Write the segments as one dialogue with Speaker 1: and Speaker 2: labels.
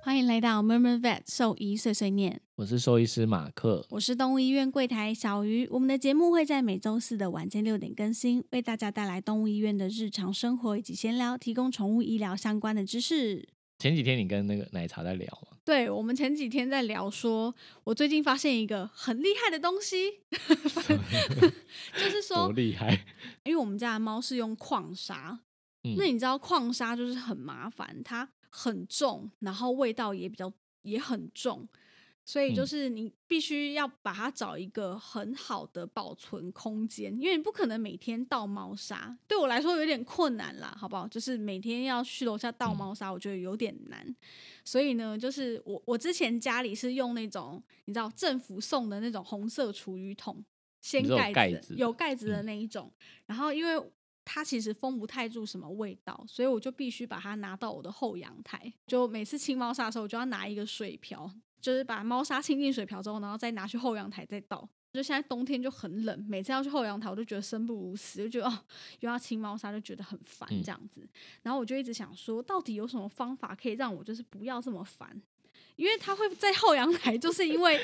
Speaker 1: 欢迎来到 Murmur Vet 兽医碎碎念，
Speaker 2: 我是兽医师马克。
Speaker 1: 我是动物医院柜台小鱼。我们的节目会在每周四的晚间六点更新，为大家带来动物医院的日常生活以及闲聊，提供宠物医疗相关的知识。
Speaker 2: 前几天你跟那个奶茶在聊啊嘛，
Speaker 1: 对我们前几天在聊说，我最近发现一个很厉害的东西， 就是
Speaker 2: 多
Speaker 1: 说，
Speaker 2: 厉害！
Speaker 1: 因为我们家的猫是用矿砂，
Speaker 2: 嗯
Speaker 1: 那你知道矿砂就是很麻烦，它很重，然后味道也比较也很重，所以就
Speaker 2: 嗯
Speaker 1: 是你必须要把它找一个很好的保存空间，因为你不可能每天倒猫砂，对我来说有点困难啦，好不好？就是每天要去楼下倒
Speaker 2: 嗯
Speaker 1: 猫砂，我觉得有点难。所以呢，就是我我之前家里是用那种你知道政府送的那种红色厨余桶，掀
Speaker 2: 你说有
Speaker 1: 盖
Speaker 2: 盖
Speaker 1: 子的
Speaker 2: 子的
Speaker 1: 有盖子的
Speaker 2: 嗯
Speaker 1: 那一种，然后因为它其实封不太住什么味道，所以我就必须把它拿到我的后阳台。就每次清猫砂的时候，我就要拿一个水瓢，就是把猫砂清进水瓢之后，然后再拿去后阳台再倒。就现在冬天就很冷，每次要去后阳台，我就觉得生不如死，就觉得哦，又要清猫砂，就觉得很烦
Speaker 2: 嗯
Speaker 1: 这样子。然后我就一直想说，到底有什么方法可以让我就是不要这么烦？因为它会在后阳台，就是因为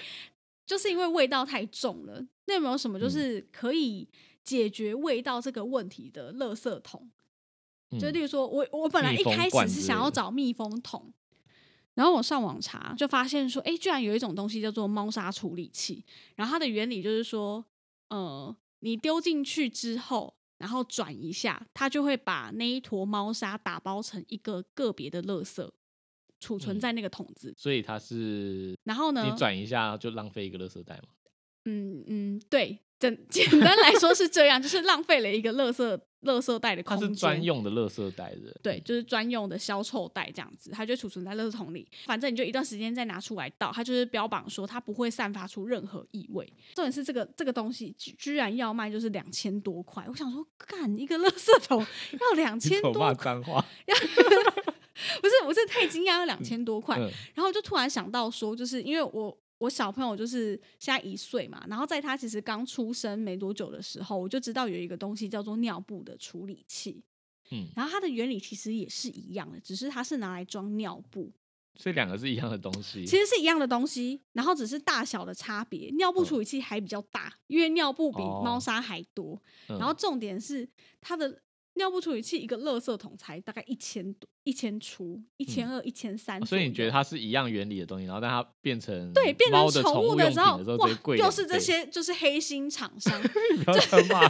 Speaker 1: 就是因为味道太重了。那有没有什么就
Speaker 2: 嗯
Speaker 1: 是可以解决味道这个问题的垃圾桶？
Speaker 2: 嗯
Speaker 1: 就例如说我我本来
Speaker 2: 蜜
Speaker 1: 一
Speaker 2: 蜂
Speaker 1: 开
Speaker 2: 罐
Speaker 1: 始是
Speaker 2: 之
Speaker 1: 想
Speaker 2: 类
Speaker 1: 要
Speaker 2: 的
Speaker 1: 找密封桶，然后我上网查就发现说，哎、居然有一种东西叫做猫砂处理器，然后它的原理就是说，呃，你丢进去之后。然后转一下，它就会把那一坨猫砂打包成一个个别的垃圾，储存
Speaker 2: 嗯
Speaker 1: 在那个桶子。
Speaker 2: 所以它是
Speaker 1: 然后呢，
Speaker 2: 你转一下就浪费一个垃圾袋嘛？
Speaker 1: 嗯嗯，对，简 简单来说是这样，就是浪费了一个垃圾垃圾袋的
Speaker 2: 它
Speaker 1: 空
Speaker 2: 是
Speaker 1: 间。
Speaker 2: 专用的垃圾袋的，
Speaker 1: 对，就是专用的消臭袋这样子，它就储存在垃圾桶里。反正你就一段时间再拿出来倒，它就是标榜说它不会散发出任何异味。重点是这个这个东西居居然要卖就是两千多块，我想说，干一个垃圾桶 要两
Speaker 2: 你
Speaker 1: 千
Speaker 2: 怎么骂
Speaker 1: 多，
Speaker 2: 脏 话？
Speaker 1: 不是我是太惊讶了，两千多块。
Speaker 2: 嗯
Speaker 1: 然后我就突然想到说，就是因为我我小朋友就是现在一岁嘛，然后在他其实刚出生没多久的时候，我就知道有一个东西叫做尿布的处理器，
Speaker 2: 嗯，
Speaker 1: 然后它的原理其实也是一样的，只是它是拿来装尿布，
Speaker 2: 所以两个是一样的东西。
Speaker 1: 其实是一样的东西，然后只是大小的差别。尿布处理器还比较大，因为尿布比
Speaker 2: 嗯哦
Speaker 1: 猫砂还多，
Speaker 2: 嗯
Speaker 1: 然后重点是它的。尿布处理器一个垃圾桶才大概一千多、一千出、一千二、一千三，
Speaker 2: 嗯哦所以你觉得它是一样原理的东西，然后但它变成
Speaker 1: 对，变
Speaker 2: 猫
Speaker 1: 成
Speaker 2: 的
Speaker 1: 宠物
Speaker 2: 物用
Speaker 1: 的
Speaker 2: 品
Speaker 1: 时候
Speaker 2: 的时，候，
Speaker 1: 哇
Speaker 2: 直接，贵
Speaker 1: 又
Speaker 2: 两
Speaker 1: 是这
Speaker 2: 倍，
Speaker 1: 些，就是黑心厂商。就
Speaker 2: 不要再 骂。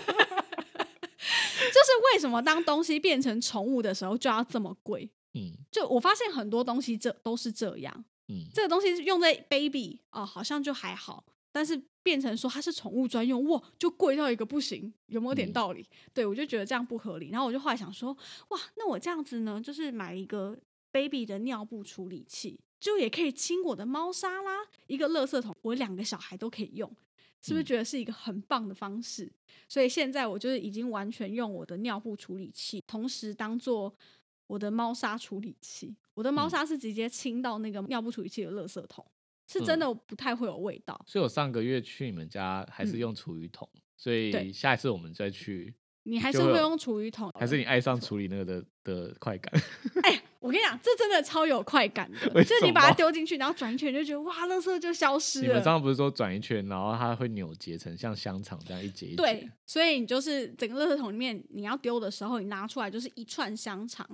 Speaker 1: 是为什么当东西变成宠物的时候就要这么贵？
Speaker 2: 嗯
Speaker 1: 就我发现很多东西这都是这样，
Speaker 2: 嗯，
Speaker 1: 这个东西用在 baby 哦，好像就还好，但是变成说它是宠物专用，哇，就贵到一个不行，有没有点
Speaker 2: 嗯
Speaker 1: 道理？对我就觉得这样不合理，然后我就后来想说，哇，那我这样子呢，就是买一个 baby 的尿布处理器，就也可以清我的猫砂啦，一个垃圾桶，我两个小孩都可以用。是不是
Speaker 2: 嗯
Speaker 1: 觉得是一个很棒的方式？所以现在我就是已经完全用我的尿布处理器，同时当做我的猫砂处理器。我的猫
Speaker 2: 嗯
Speaker 1: 砂是直接清到那个尿布处理器的垃圾桶，是
Speaker 2: 嗯
Speaker 1: 真的不太会有味道。
Speaker 2: 所以我上个月去你们家还是
Speaker 1: 嗯
Speaker 2: 用厨余桶，所
Speaker 1: 对哦
Speaker 2: 以下一次我们再去，
Speaker 1: 你还是
Speaker 2: 就会
Speaker 1: 会
Speaker 2: 有
Speaker 1: 用厨余桶，
Speaker 2: 还是你爱上处理那个的的快感？
Speaker 1: 我跟你讲，这真的超有快感的，
Speaker 2: 为
Speaker 1: 就是
Speaker 2: 什
Speaker 1: 你把它
Speaker 2: 么
Speaker 1: 丢进去，然后转一圈，你就觉得哇，垃圾就消失
Speaker 2: 你们
Speaker 1: 了。
Speaker 2: 上次不是说转一圈，然后它会扭结成像香肠这样一节一节？
Speaker 1: 对，，所以你就是整个垃圾桶里面，你要丢的时候，你拿出来就是一串香肠、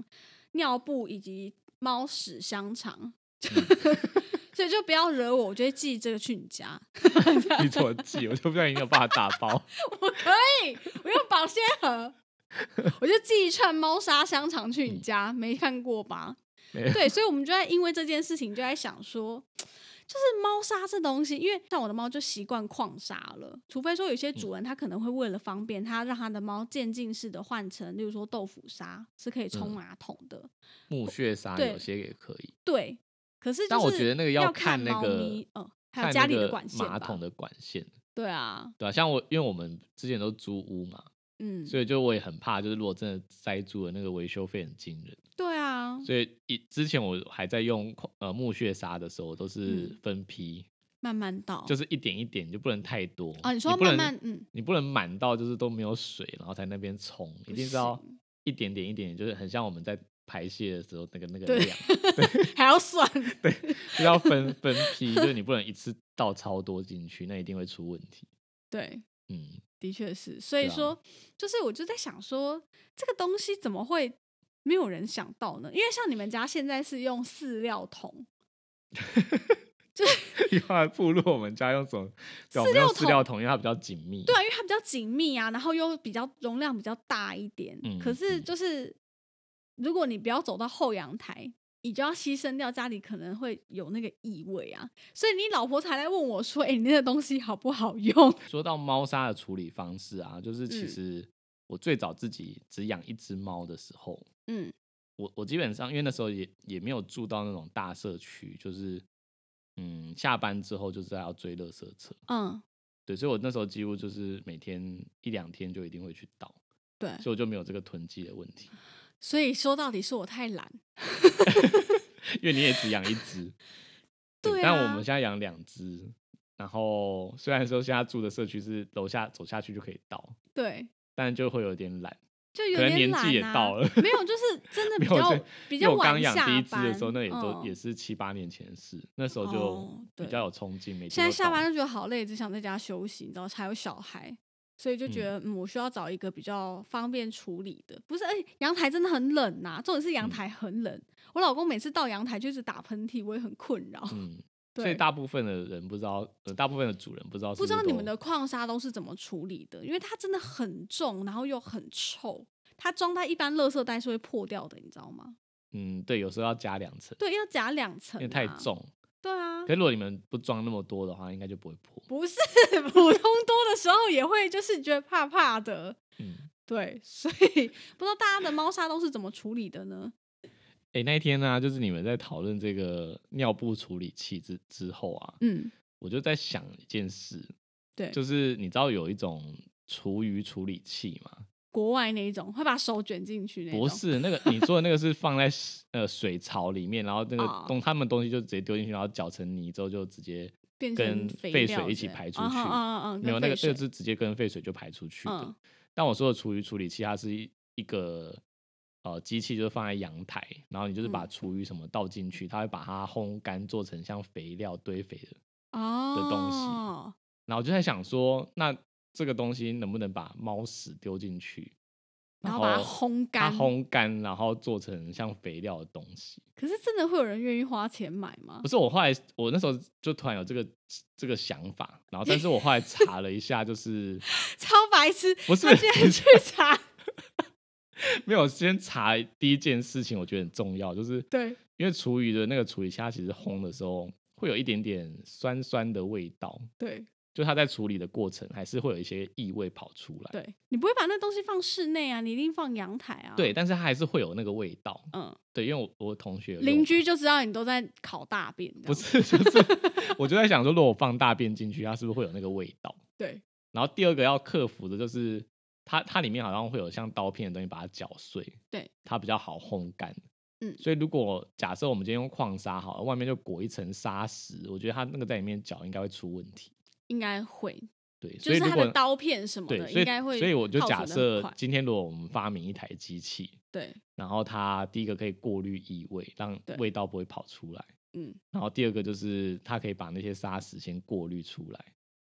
Speaker 1: 尿布以及猫屎香肠， 所以就不要惹我，我就会寄这个去你家。
Speaker 2: 你怎么记？我就不小心有把它打 包。
Speaker 1: 我可以，我用保鲜盒，我就寄一串猫砂香肠去你家，没看过吧？
Speaker 2: 嗯 没有
Speaker 1: 对，所以我们就在因为这件事情就在想说，就是猫砂这东西，因为像我的猫就习惯矿砂了，除非说有
Speaker 2: 嗯
Speaker 1: 些主人他可能会为了方便，他让他的猫渐进式的换成，例如说豆腐砂是可以冲
Speaker 2: 嗯
Speaker 1: 马桶的，
Speaker 2: 木屑沙
Speaker 1: 对
Speaker 2: 有些也可以，
Speaker 1: 对。可是就是
Speaker 2: 但我觉得那个
Speaker 1: 要
Speaker 2: 看那
Speaker 1: 猫
Speaker 2: 个
Speaker 1: 咪，嗯，还有
Speaker 2: 看
Speaker 1: 家
Speaker 2: 那
Speaker 1: 里的
Speaker 2: 个
Speaker 1: 管线
Speaker 2: 马
Speaker 1: 吧
Speaker 2: 桶的管线，
Speaker 1: 对啊，
Speaker 2: 对吧、像我，因为我们之前都租屋嘛，
Speaker 1: 嗯，
Speaker 2: 所以就我也很怕，就是如果真的塞住了，那个维修费很惊人。
Speaker 1: 对啊，
Speaker 2: 所以一之前我还在用呃木屑沙的时候，都是
Speaker 1: 嗯
Speaker 2: 分批，
Speaker 1: 慢慢倒。
Speaker 2: 就是一点一点，你就不能太多
Speaker 1: 哦，你说
Speaker 2: 不
Speaker 1: 慢
Speaker 2: 能
Speaker 1: 慢，嗯，
Speaker 2: 你不能满到就是都没有水，然后在那边冲，一定是要
Speaker 1: 行
Speaker 2: 一点点一点点，就是很像我们在排泄的时候那个那个
Speaker 1: 对
Speaker 2: 量，
Speaker 1: 还要算，
Speaker 2: 就是要分分批，就是你不能一次倒超多进去，那一定会出问题。
Speaker 1: 对，
Speaker 2: 嗯，
Speaker 1: 的确是。所以
Speaker 2: 对啊
Speaker 1: 说，就是我就在想说，这个东西怎么会没有人想到呢？因为像你们家现在是用饲料 桶，
Speaker 2: 因为它部落我们家用什么？对
Speaker 1: 饲
Speaker 2: 我们用
Speaker 1: 料
Speaker 2: 饲料桶，因为它比较紧密。
Speaker 1: 对啊，因为它比较紧密啊，然后又比较容量比较大一点。
Speaker 2: 嗯
Speaker 1: 可是
Speaker 2: 嗯
Speaker 1: 就是，如果你不要走到后阳台。你就要牺牲掉家里可能会有那个异味啊，所以你老婆才来问我说：“哎、你那个东西好不好用
Speaker 2: 说到猫砂的处理方式啊，就是其
Speaker 1: 嗯
Speaker 2: 实我最早自己只养一只猫的时候，？”
Speaker 1: 嗯，
Speaker 2: 我我基本上因为那时候也也没有住到那种大社区，就是嗯下班之后就是要追垃圾车，
Speaker 1: 嗯，
Speaker 2: 对，所以我那时候几乎就是每天一两天就一定会去倒，
Speaker 1: 对。
Speaker 2: 所以我就没有这个囤积的问题，
Speaker 1: 所以说到底是我太懒，
Speaker 2: 因为你也只养一 只，
Speaker 1: 对
Speaker 2: 但
Speaker 1: 啊
Speaker 2: 我们现在养两只，然后虽然说现在住的社区是楼下走下去就可以倒，
Speaker 1: 对，
Speaker 2: 但就会有点懒。
Speaker 1: 就有
Speaker 2: 可能
Speaker 1: 点
Speaker 2: 年
Speaker 1: 懒、啊、
Speaker 2: 纪也到了
Speaker 1: 没有，就是真的
Speaker 2: 没
Speaker 1: 比
Speaker 2: 有
Speaker 1: 较
Speaker 2: 是
Speaker 1: 比
Speaker 2: 因为
Speaker 1: 较
Speaker 2: 我刚
Speaker 1: 晚下
Speaker 2: 养
Speaker 1: 班。
Speaker 2: 第一只的时候，那也都、
Speaker 1: 嗯
Speaker 2: 也是七八年前的事，那时候
Speaker 1: 哦
Speaker 2: 就
Speaker 1: 对
Speaker 2: 比较有冲劲，每天
Speaker 1: 现在
Speaker 2: 都
Speaker 1: 下
Speaker 2: 到
Speaker 1: 班就觉得好累，只想在家休息，你知道，还有小孩，所以就觉得嗯我需要找一个比较方便处理的。不是，哎、阳台真的很冷呐、重点是阳
Speaker 2: 嗯
Speaker 1: 台很冷。我老公每次到阳台就是打喷嚏，我也很困扰。
Speaker 2: 嗯，所以
Speaker 1: 对，
Speaker 2: 大部分的人不知道，呃，大部分的主人不知道是
Speaker 1: 不知道
Speaker 2: 是
Speaker 1: 你
Speaker 2: 都
Speaker 1: 们的矿砂都是怎么处理的，因为它真的很重，然后又很臭。它装在一般垃圾袋是会破掉的，你知道吗？
Speaker 2: 嗯，对，有时候要加两层，
Speaker 1: 对，要夹两层、啊，
Speaker 2: 因为太。重。
Speaker 1: 对啊
Speaker 2: 可，是如果你们不装那么多的话，应该就不会破。
Speaker 1: 不是普通多的时候也会就是觉得怕怕的，
Speaker 2: 嗯，
Speaker 1: 对，所以不知道大家的猫砂都是怎么处理的呢？
Speaker 2: 哎、那一天呢、就是你们在讨论这个尿布处理器之之后啊，
Speaker 1: 嗯，
Speaker 2: 我就在想一件事，
Speaker 1: 对，
Speaker 2: 就是你知道有一种厨余处理器吗？
Speaker 1: 国外那一种会把手卷进去那种，
Speaker 2: 不是那个你说的那个是放在水呃水槽里面，然后那
Speaker 1: 哦
Speaker 2: 个东、他们东西就直接丢进去，然后搅成泥之后就直接
Speaker 1: 变成
Speaker 2: 跟
Speaker 1: 肥
Speaker 2: 废
Speaker 1: 料
Speaker 2: 水一起
Speaker 1: 之类的
Speaker 2: 排出
Speaker 1: 啊
Speaker 2: 去。
Speaker 1: 哈啊啊啊
Speaker 2: 没有
Speaker 1: 跟废
Speaker 2: 那个那个
Speaker 1: 水
Speaker 2: 是直接跟废水就排出去的。
Speaker 1: 嗯
Speaker 2: 但我说的厨余处理器，它是一一个呃机器，就是放在阳台，然后你就是把
Speaker 1: 嗯
Speaker 2: 厨余什么倒进去，它会把它烘干做成像肥料堆肥的。
Speaker 1: 哦
Speaker 2: 东西然后我就在想说，那这个东西能不能把猫屎丢进去？
Speaker 1: 然后把它烘干
Speaker 2: 它烘干，然后做成像肥料的东西。
Speaker 1: 可是真的会有人愿意花钱买吗
Speaker 2: 不？是我后来，我那时候就突然有这个这个想法，然后但是我后来查了一下，就是
Speaker 1: 超白痴，
Speaker 2: 不是
Speaker 1: 他竟然去查，
Speaker 2: 没有先查第一件事情，我觉得很重要，就是
Speaker 1: 对，
Speaker 2: 因为厨余的那个处理器，它其实烘的时候会有一点点酸酸的味道，
Speaker 1: 对
Speaker 2: 就它在处理的过程还是会有一些异味跑出来。
Speaker 1: 对，你不会把那东西放室内啊，你一定放阳台啊，
Speaker 2: 对，，但是它还是会有那个味道。
Speaker 1: 嗯，
Speaker 2: 对，因为我我同学有用
Speaker 1: 邻居就知道你都在烤大便，这样
Speaker 2: 不是，就是 我就在想说，如果我放大便进去，它是不是会有那个味道？
Speaker 1: 对，
Speaker 2: 然后第二个要克服的就是它它里面好像会有像刀片的东西把它搅碎，
Speaker 1: 对，
Speaker 2: 它比较好烘干。
Speaker 1: 嗯
Speaker 2: 所以如果假设我们今天用矿砂好了，外面就裹一层砂石，我觉得它那个在里面搅应该会出问题。
Speaker 1: 应该会，
Speaker 2: 对，
Speaker 1: 就
Speaker 2: 所以
Speaker 1: 是
Speaker 2: 如
Speaker 1: 它
Speaker 2: 果
Speaker 1: 的刀片什么
Speaker 2: 对，
Speaker 1: 的，
Speaker 2: 所
Speaker 1: 应
Speaker 2: 以
Speaker 1: 该会耗损得很快。
Speaker 2: 所以我就假设今天如果我们发明一台机器，
Speaker 1: 对，
Speaker 2: 然后它第一个可以过滤异味，让
Speaker 1: 对
Speaker 2: 味道不会跑出来，
Speaker 1: 嗯，
Speaker 2: 然后第二个就是它可以把那些沙石先过滤出来，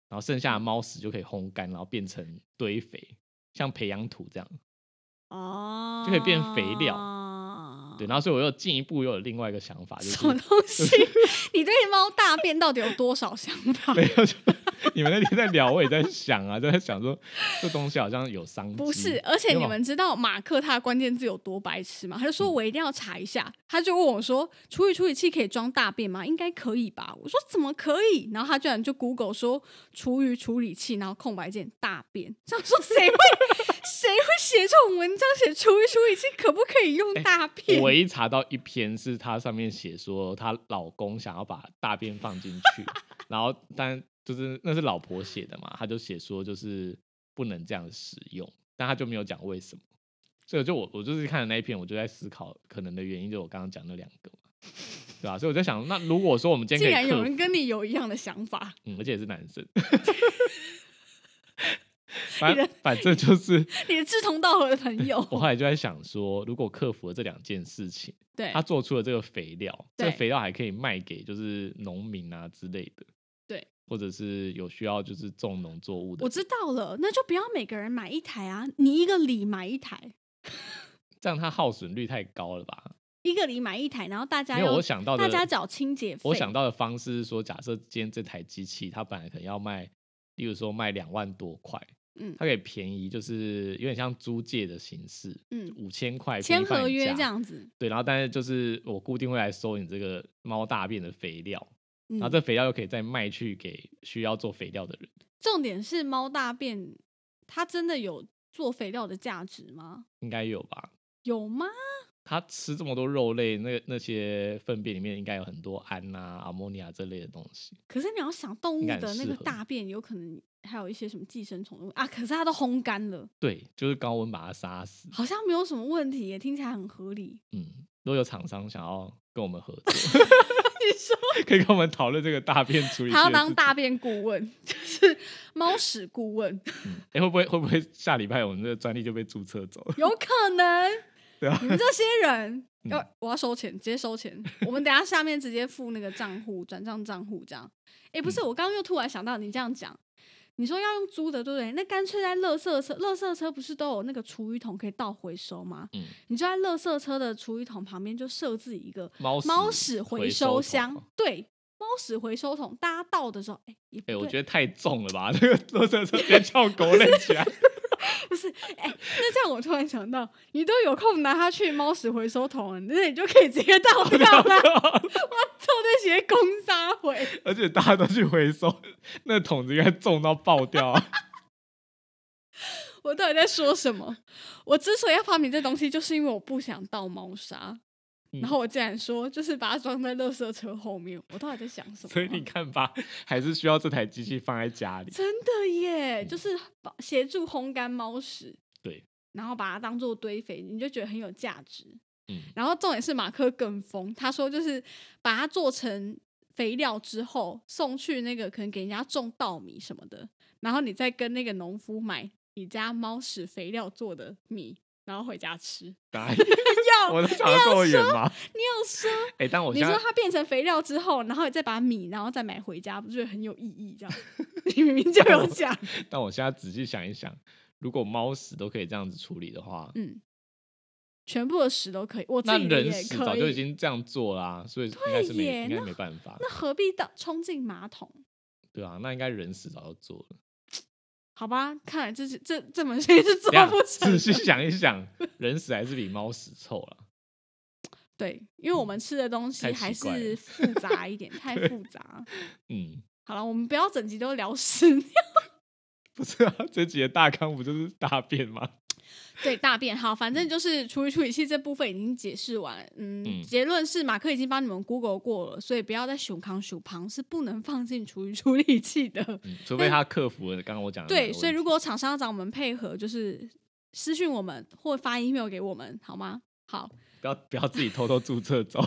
Speaker 2: 然后剩下
Speaker 1: 嗯
Speaker 2: 的猫屎就可以烘干，然后变成堆肥，像培养土这样。
Speaker 1: 哦，
Speaker 2: 就可以变肥料
Speaker 1: 啊
Speaker 2: 对，然后所以我又进一步又有另外一个想法，就是
Speaker 1: 什么东西？你对猫大便到底有多少想法？
Speaker 2: 没有，就 你们那天在聊，我也在想啊，就在想说这东西好像有商机。
Speaker 1: 不是，而且
Speaker 2: 因为
Speaker 1: 你
Speaker 2: 我
Speaker 1: 们知道马克他的关键字有多白痴吗？他就
Speaker 2: 嗯
Speaker 1: 说我一定要查一下，他就问我说：“处理处理器可以装大便吗？应该可以吧？”我说：“怎么可以？”然后他居然就 Google 说“厨余处理器”，然后空白键大便，想说谁 会谁会写这种文章写厨余处理器可不可以用大 便？
Speaker 2: 哎我一查到一篇是她上面写说她老公想要把大便放进去，然后但就是那是老婆写的嘛，她就写说就是不能这样使用，但她就没有讲为什么。所以就我我就是看了那一篇，我就在思考可能的原因，就我刚刚讲那两个嘛，对吧、所以我在想，那如果说我们今
Speaker 1: 竟
Speaker 2: 天可
Speaker 1: 然
Speaker 2: 以
Speaker 1: 有
Speaker 2: 克服
Speaker 1: 人，跟你有一样的想法，
Speaker 2: 嗯，而且也是男 生，反
Speaker 1: 你的
Speaker 2: 正反正 就是
Speaker 1: 你的志同道合的朋
Speaker 2: 我
Speaker 1: 友，
Speaker 2: 后来就在想说，如果克服了这两件事情，
Speaker 1: 对
Speaker 2: 他做出了这个肥料，这个
Speaker 1: 对
Speaker 2: 肥料还可以卖给就是农民啊之类的，
Speaker 1: 对，
Speaker 2: 或者是有需要就是种农作物的
Speaker 1: 我，知道了，那就不要每个人买一台啊，你一个里买一台。
Speaker 2: 这样它耗损率太高了吧？
Speaker 1: 一个礼买一台，然后大家
Speaker 2: 没有，
Speaker 1: 要
Speaker 2: 我想到的
Speaker 1: 大家找清洁费。
Speaker 2: 我想到的方式是说，假设今天这台机器它本来可能要卖，例如说卖两万多块，
Speaker 1: 嗯
Speaker 2: 它可以便宜，就是有点像租借的形式，
Speaker 1: 嗯
Speaker 2: 五千块
Speaker 1: 签
Speaker 2: 平方
Speaker 1: 合约
Speaker 2: 价
Speaker 1: 这，样子，
Speaker 2: 对，然后但是就是我固定会来收你这个猫大便的肥料。
Speaker 1: 嗯
Speaker 2: 然后这肥料又可以再卖去给需要做肥料的人，
Speaker 1: 重点是猫大便，它真的有做肥料的价值吗？
Speaker 2: 应该有吧？
Speaker 1: 有吗？
Speaker 2: 它吃这么多肉类，那那些粪便里面应该有很多氨啊、阿莫尼亚这类的东西。
Speaker 1: 可是你要想动物
Speaker 2: 应该
Speaker 1: 的
Speaker 2: 很
Speaker 1: 那
Speaker 2: 适
Speaker 1: 个
Speaker 2: 合
Speaker 1: 大便，有可能还有一些什么寄生虫啊，可是它都烘干了，
Speaker 2: 对，就是高温把它杀死。
Speaker 1: 好像没有什么问题耶，听起来很合理。
Speaker 2: 嗯，如果有厂商想要跟我们合作，
Speaker 1: 你说
Speaker 2: 可以跟我们讨论这个大便处理器的事情。
Speaker 1: 他要当大便顾问， 就是猫屎顾问，
Speaker 2: 哎、会不会会不会下礼拜我们这个专利就被注册走了？
Speaker 1: 有可能。
Speaker 2: 对啊
Speaker 1: 你们这些人
Speaker 2: 嗯
Speaker 1: 要、我要收钱，直接收 钱。我们等一下下面直接付那个账户转账账户这样。哎、不
Speaker 2: 嗯
Speaker 1: 是，我刚刚又突然想到你这样讲，你说要用租的，对不对？那干脆在垃圾车，垃圾车不是都有那个厨余桶可以倒回收吗？
Speaker 2: 嗯，
Speaker 1: 你就在垃圾车的厨余桶旁边就设置一个
Speaker 2: 猫
Speaker 1: 猫
Speaker 2: 屎
Speaker 1: 屎回
Speaker 2: 收
Speaker 1: 收箱，
Speaker 2: 桶
Speaker 1: 对，猫屎回收桶，大家倒的时候，哎、也不
Speaker 2: 哎、
Speaker 1: 对，
Speaker 2: 我觉得太重了吧？这个垃圾车直接翘 狗链起来，
Speaker 1: 不是，哎、那这样我突然想到，你都有空拿它去猫屎回收桶了，那你就可以直接倒掉啦。 做那些工杀回，
Speaker 2: 而且大家都去回收，那桶子应该重到爆掉、 啊。
Speaker 1: 我到底在说什么？我之所以要发明这东西，就是因为我不想倒猫砂。
Speaker 2: 嗯
Speaker 1: 然后我竟然说，就是把它装在垃圾车后面，我到底在想什么啊？
Speaker 2: 所以你看吧，还是需要这台机器放在家里。
Speaker 1: 真的耶，就是把协助烘干猫屎，
Speaker 2: 嗯对，
Speaker 1: 然后把它当做堆肥，你就觉得很有价值。
Speaker 2: 嗯，
Speaker 1: 然后重点是马克更疯，他说就是把它做成肥料之后送去那个可能给人家种稻米什么的，然后你再跟那个农夫买你家猫屎肥料做的米，然后回家吃。
Speaker 2: 哪里？
Speaker 1: 要
Speaker 2: 我在想要这么远吗？
Speaker 1: 你有说，
Speaker 2: 哎、但我
Speaker 1: 你
Speaker 2: 现在
Speaker 1: 说它变成肥料之后，然后你再把米，然后再买回家，不是很有意义？ 这样，你明明就有讲，
Speaker 2: 但我现在仔细想一想，如果猫屎都可以这样子处理的话，
Speaker 1: 嗯，全部的屎都可以，我自
Speaker 2: 那
Speaker 1: 己的
Speaker 2: 人
Speaker 1: 也
Speaker 2: 屎早
Speaker 1: 可
Speaker 2: 就已
Speaker 1: 以。
Speaker 2: 经这样做啦、所以应该是没
Speaker 1: 耶
Speaker 2: 应该
Speaker 1: 那
Speaker 2: 没办法，
Speaker 1: 那何必倒冲进马桶？
Speaker 2: 对啊，那应该人屎早就做了。
Speaker 1: 好吧，看来这是这这门生意 是做
Speaker 2: 这样
Speaker 1: 不成
Speaker 2: 仔
Speaker 1: 的。
Speaker 2: 细想一想，人屎还是比猫屎臭了。
Speaker 1: 对，因为我们吃的东西
Speaker 2: 嗯太
Speaker 1: 还
Speaker 2: 奇怪了
Speaker 1: 是复杂一 点，太复杂。
Speaker 2: 嗯，
Speaker 1: 好了，我们不要整集都聊屎 尿，
Speaker 2: 不是啊，这几个大纲不就是大便吗？
Speaker 1: 对大便。好，反正就是处理处理器这部分已经解释完了。嗯，
Speaker 2: 嗯
Speaker 1: 结论是马克已经帮你们 Google 过了，所以不要再熊康熊旁是不能放进处理处理器的。
Speaker 2: 嗯，除非
Speaker 1: 但
Speaker 2: 他克服了刚刚我讲的那个
Speaker 1: 对，
Speaker 2: 问题。
Speaker 1: 所以如果厂商要找我们配合，就是私讯我们或发 email 给我们，好吗？好，
Speaker 2: 不要不要自己偷偷注册走。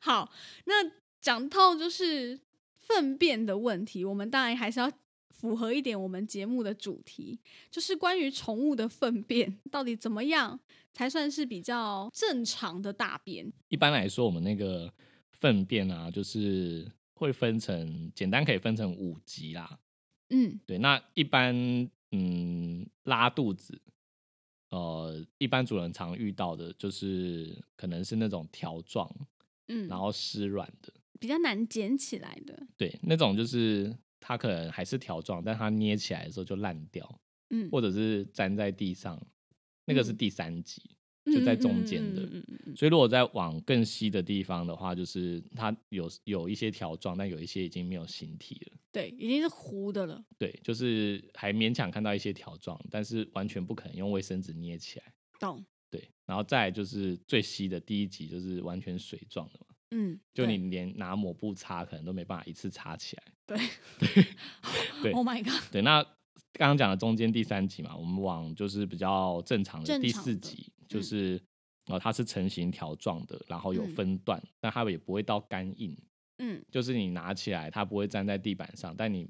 Speaker 1: 好，那讲到就是粪便的问题，我们当然还是要符合一点我们节目的主题，就是关于宠物的粪便到底怎么样才算是比较正常的大便？
Speaker 2: 一般来说，我们那个粪便啊，就是会分成简单可以分成五级啦。
Speaker 1: 嗯，
Speaker 2: 对，那一般嗯拉肚子呃，一般主人常遇到的就是可能是那种条状，
Speaker 1: 嗯，
Speaker 2: 然后湿软的，
Speaker 1: 比较难捡起来的，
Speaker 2: 对，那种就是它可能还是条状，但它捏起来的时候就烂掉，
Speaker 1: 嗯，
Speaker 2: 或者是粘在地上，那个是
Speaker 1: 嗯
Speaker 2: 第三级。就在中间的
Speaker 1: 嗯嗯嗯嗯嗯
Speaker 2: 所以如果再往更西的地方的话，就是它有有一些条状，但有一些已经没有形体了。
Speaker 1: 对，已经是糊的了，
Speaker 2: 对，就是还勉强看到一些条状，但是完全不可能用卫生纸捏起来。
Speaker 1: 懂？
Speaker 2: 对，然后再来就是最稀的第一集，就是完全水状的嘛，
Speaker 1: 嗯，
Speaker 2: 就
Speaker 1: 对
Speaker 2: 你连拿抹布擦可能都没办法一次擦起来。
Speaker 1: 对
Speaker 2: 对
Speaker 1: ，Oh my god，
Speaker 2: 对，那刚刚讲的中间第三集嘛，我们往就是比较正常的
Speaker 1: 正
Speaker 2: 第
Speaker 1: 常
Speaker 2: 四
Speaker 1: 的
Speaker 2: 集，就是啊、呃它是成型条状的，然后有
Speaker 1: 嗯
Speaker 2: 分段，但它也不会到干硬。
Speaker 1: 嗯
Speaker 2: 就是你拿起来，它不会粘在地板上，但你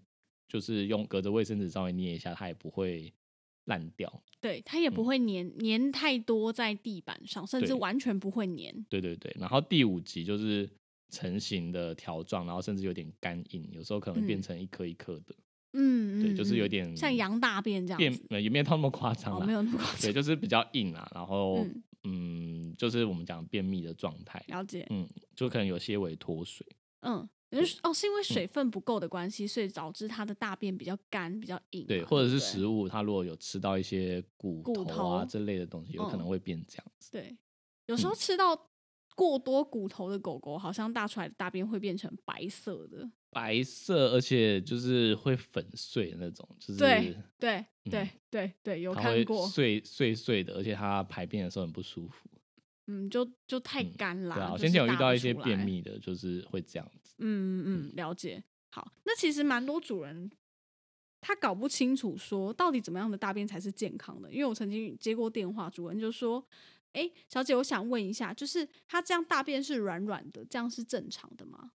Speaker 2: 就是用隔着卫生纸稍微捏一下，它也不会烂掉。
Speaker 1: 对，它也不会粘粘太多在地板上，甚至
Speaker 2: 嗯对
Speaker 1: 完全不会粘。
Speaker 2: 对对对。然后第五集就是成型的条状，然后甚至有点干硬，有时候可能变
Speaker 1: 嗯
Speaker 2: 成一颗一颗的，
Speaker 1: 嗯，
Speaker 2: 对
Speaker 1: 嗯
Speaker 2: 就是
Speaker 1: 嗯
Speaker 2: 有点
Speaker 1: 像羊大便这样
Speaker 2: 变
Speaker 1: 子，
Speaker 2: 呃也没有到那么夸张
Speaker 1: 哦，
Speaker 2: 啦，
Speaker 1: 没有那么夸张。
Speaker 2: 对，就是比较硬啦。然后
Speaker 1: 嗯
Speaker 2: 嗯就是我们讲便秘的状态，
Speaker 1: 了解，
Speaker 2: 嗯，就可能有些微脱水。
Speaker 1: 嗯，也就是哦，是因为水分不够的关系，所以导致它的大便比较干、比较硬嘛，
Speaker 2: 对，或者
Speaker 1: 嗯
Speaker 2: 是
Speaker 1: 不对
Speaker 2: 食物，它如果有吃到一些骨
Speaker 1: 骨
Speaker 2: 头啊
Speaker 1: 头
Speaker 2: 这类的东西，有
Speaker 1: 嗯
Speaker 2: 可能会变这样子。
Speaker 1: 对，有
Speaker 2: 嗯
Speaker 1: 时候吃到过多骨头的狗狗，好像大出来的大便会变成白色的。
Speaker 2: 白色，而且就是会粉碎的那种，就是
Speaker 1: 对对
Speaker 2: 嗯
Speaker 1: 对对对，有
Speaker 2: 它
Speaker 1: 看
Speaker 2: 会
Speaker 1: 过，
Speaker 2: 碎碎碎的，而且它排便的时候很不舒服。
Speaker 1: 嗯，就就太
Speaker 2: 嗯
Speaker 1: 干啦。
Speaker 2: 对啊，我
Speaker 1: 就
Speaker 2: 先
Speaker 1: 是
Speaker 2: 前有遇
Speaker 1: 大
Speaker 2: 到
Speaker 1: 不
Speaker 2: 一些
Speaker 1: 出
Speaker 2: 便
Speaker 1: 来，
Speaker 2: 秘的，就是会这样子。
Speaker 1: 嗯嗯，了解。好，那其实蛮多主人他搞不清楚说到底怎么样的大便才是健康的，因为我曾经接过电话，主人就说。哎，小姐，我想问一下，就是它这样大便是软软的，这样是正常的吗？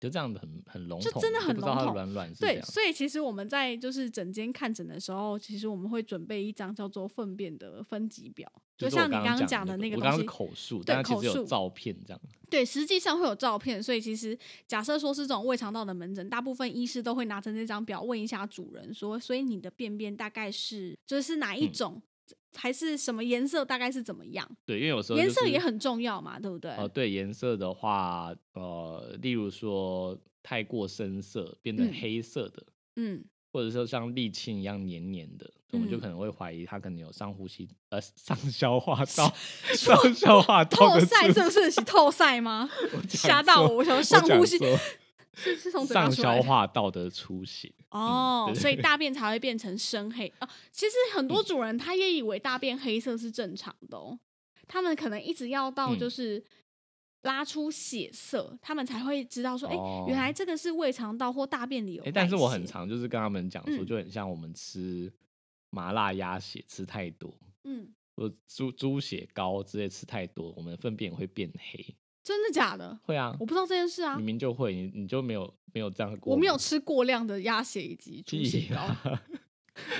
Speaker 2: 就这样子很很笼
Speaker 1: 就
Speaker 2: 统，
Speaker 1: 真的
Speaker 2: 就
Speaker 1: 很
Speaker 2: 不知道
Speaker 1: 笼
Speaker 2: 它
Speaker 1: 统
Speaker 2: 软软是这
Speaker 1: 对，
Speaker 2: 样。
Speaker 1: 所以其实我们在就是诊间看诊的时候，其实我们会准备一张叫做粪便的分级表，就是
Speaker 2: 我
Speaker 1: 像你
Speaker 2: 刚
Speaker 1: 刚
Speaker 2: 刚
Speaker 1: 讲
Speaker 2: 的
Speaker 1: 的那
Speaker 2: 个，
Speaker 1: 个
Speaker 2: 我刚
Speaker 1: 东西
Speaker 2: 刚是。口述，
Speaker 1: 对
Speaker 2: 但它其
Speaker 1: 口
Speaker 2: 实有
Speaker 1: 述
Speaker 2: 照片这样。
Speaker 1: 对，实际上会有照片，所以其实假设说是这种胃肠道的门诊，大部分医师都会拿着那张表问一下主人说，所以你的便便大概是就是哪一
Speaker 2: 嗯
Speaker 1: 种，还是什么颜色，大概是怎么样？
Speaker 2: 对，因为有时候
Speaker 1: 颜
Speaker 2: 就
Speaker 1: 色也
Speaker 2: 是
Speaker 1: 很重要嘛，对不对？
Speaker 2: 呃，对颜色的话，呃，例如说太过深色变成
Speaker 1: 嗯
Speaker 2: 黑色的，
Speaker 1: 嗯，
Speaker 2: 或者说像沥青一样黏黏的，我们就
Speaker 1: 嗯
Speaker 2: 可能会怀疑它可能有上呼吸呃上消化道上消化道
Speaker 1: 透
Speaker 2: 的
Speaker 1: 晒
Speaker 2: 痔
Speaker 1: 是不是？是透晒吗？ 吓到我，我想
Speaker 2: 讲
Speaker 1: 上呼吸
Speaker 2: 错我
Speaker 1: 是是从嘴巴
Speaker 2: 上
Speaker 1: 出来的。
Speaker 2: 消化道的出血。
Speaker 1: 哦，
Speaker 2: 嗯对对嗯
Speaker 1: 所以大便才会变成深黑哦。其实很多主人他也以为大便黑色是正常的哦，他们可能一直要到
Speaker 2: 嗯
Speaker 1: 就是拉出血色，他们才会知道说，哎、
Speaker 2: 哦
Speaker 1: 原来这个是胃肠道或大便里有代
Speaker 2: 哎、
Speaker 1: 谢。
Speaker 2: 但是我很常就是跟他们讲说，
Speaker 1: 嗯
Speaker 2: 就很像我们吃麻辣鸭血吃太多，
Speaker 1: 嗯，
Speaker 2: 或者猪猪血糕之类吃太多，我们粪便也会变黑。
Speaker 1: 真的假的？
Speaker 2: 会啊
Speaker 1: 我，不知道这件事啊
Speaker 2: 明，明就会，你你就没有没有这样过
Speaker 1: 我
Speaker 2: 吗，
Speaker 1: 没有吃过量的鸭血以及猪血
Speaker 2: 屁
Speaker 1: 糕，
Speaker 2: 啦，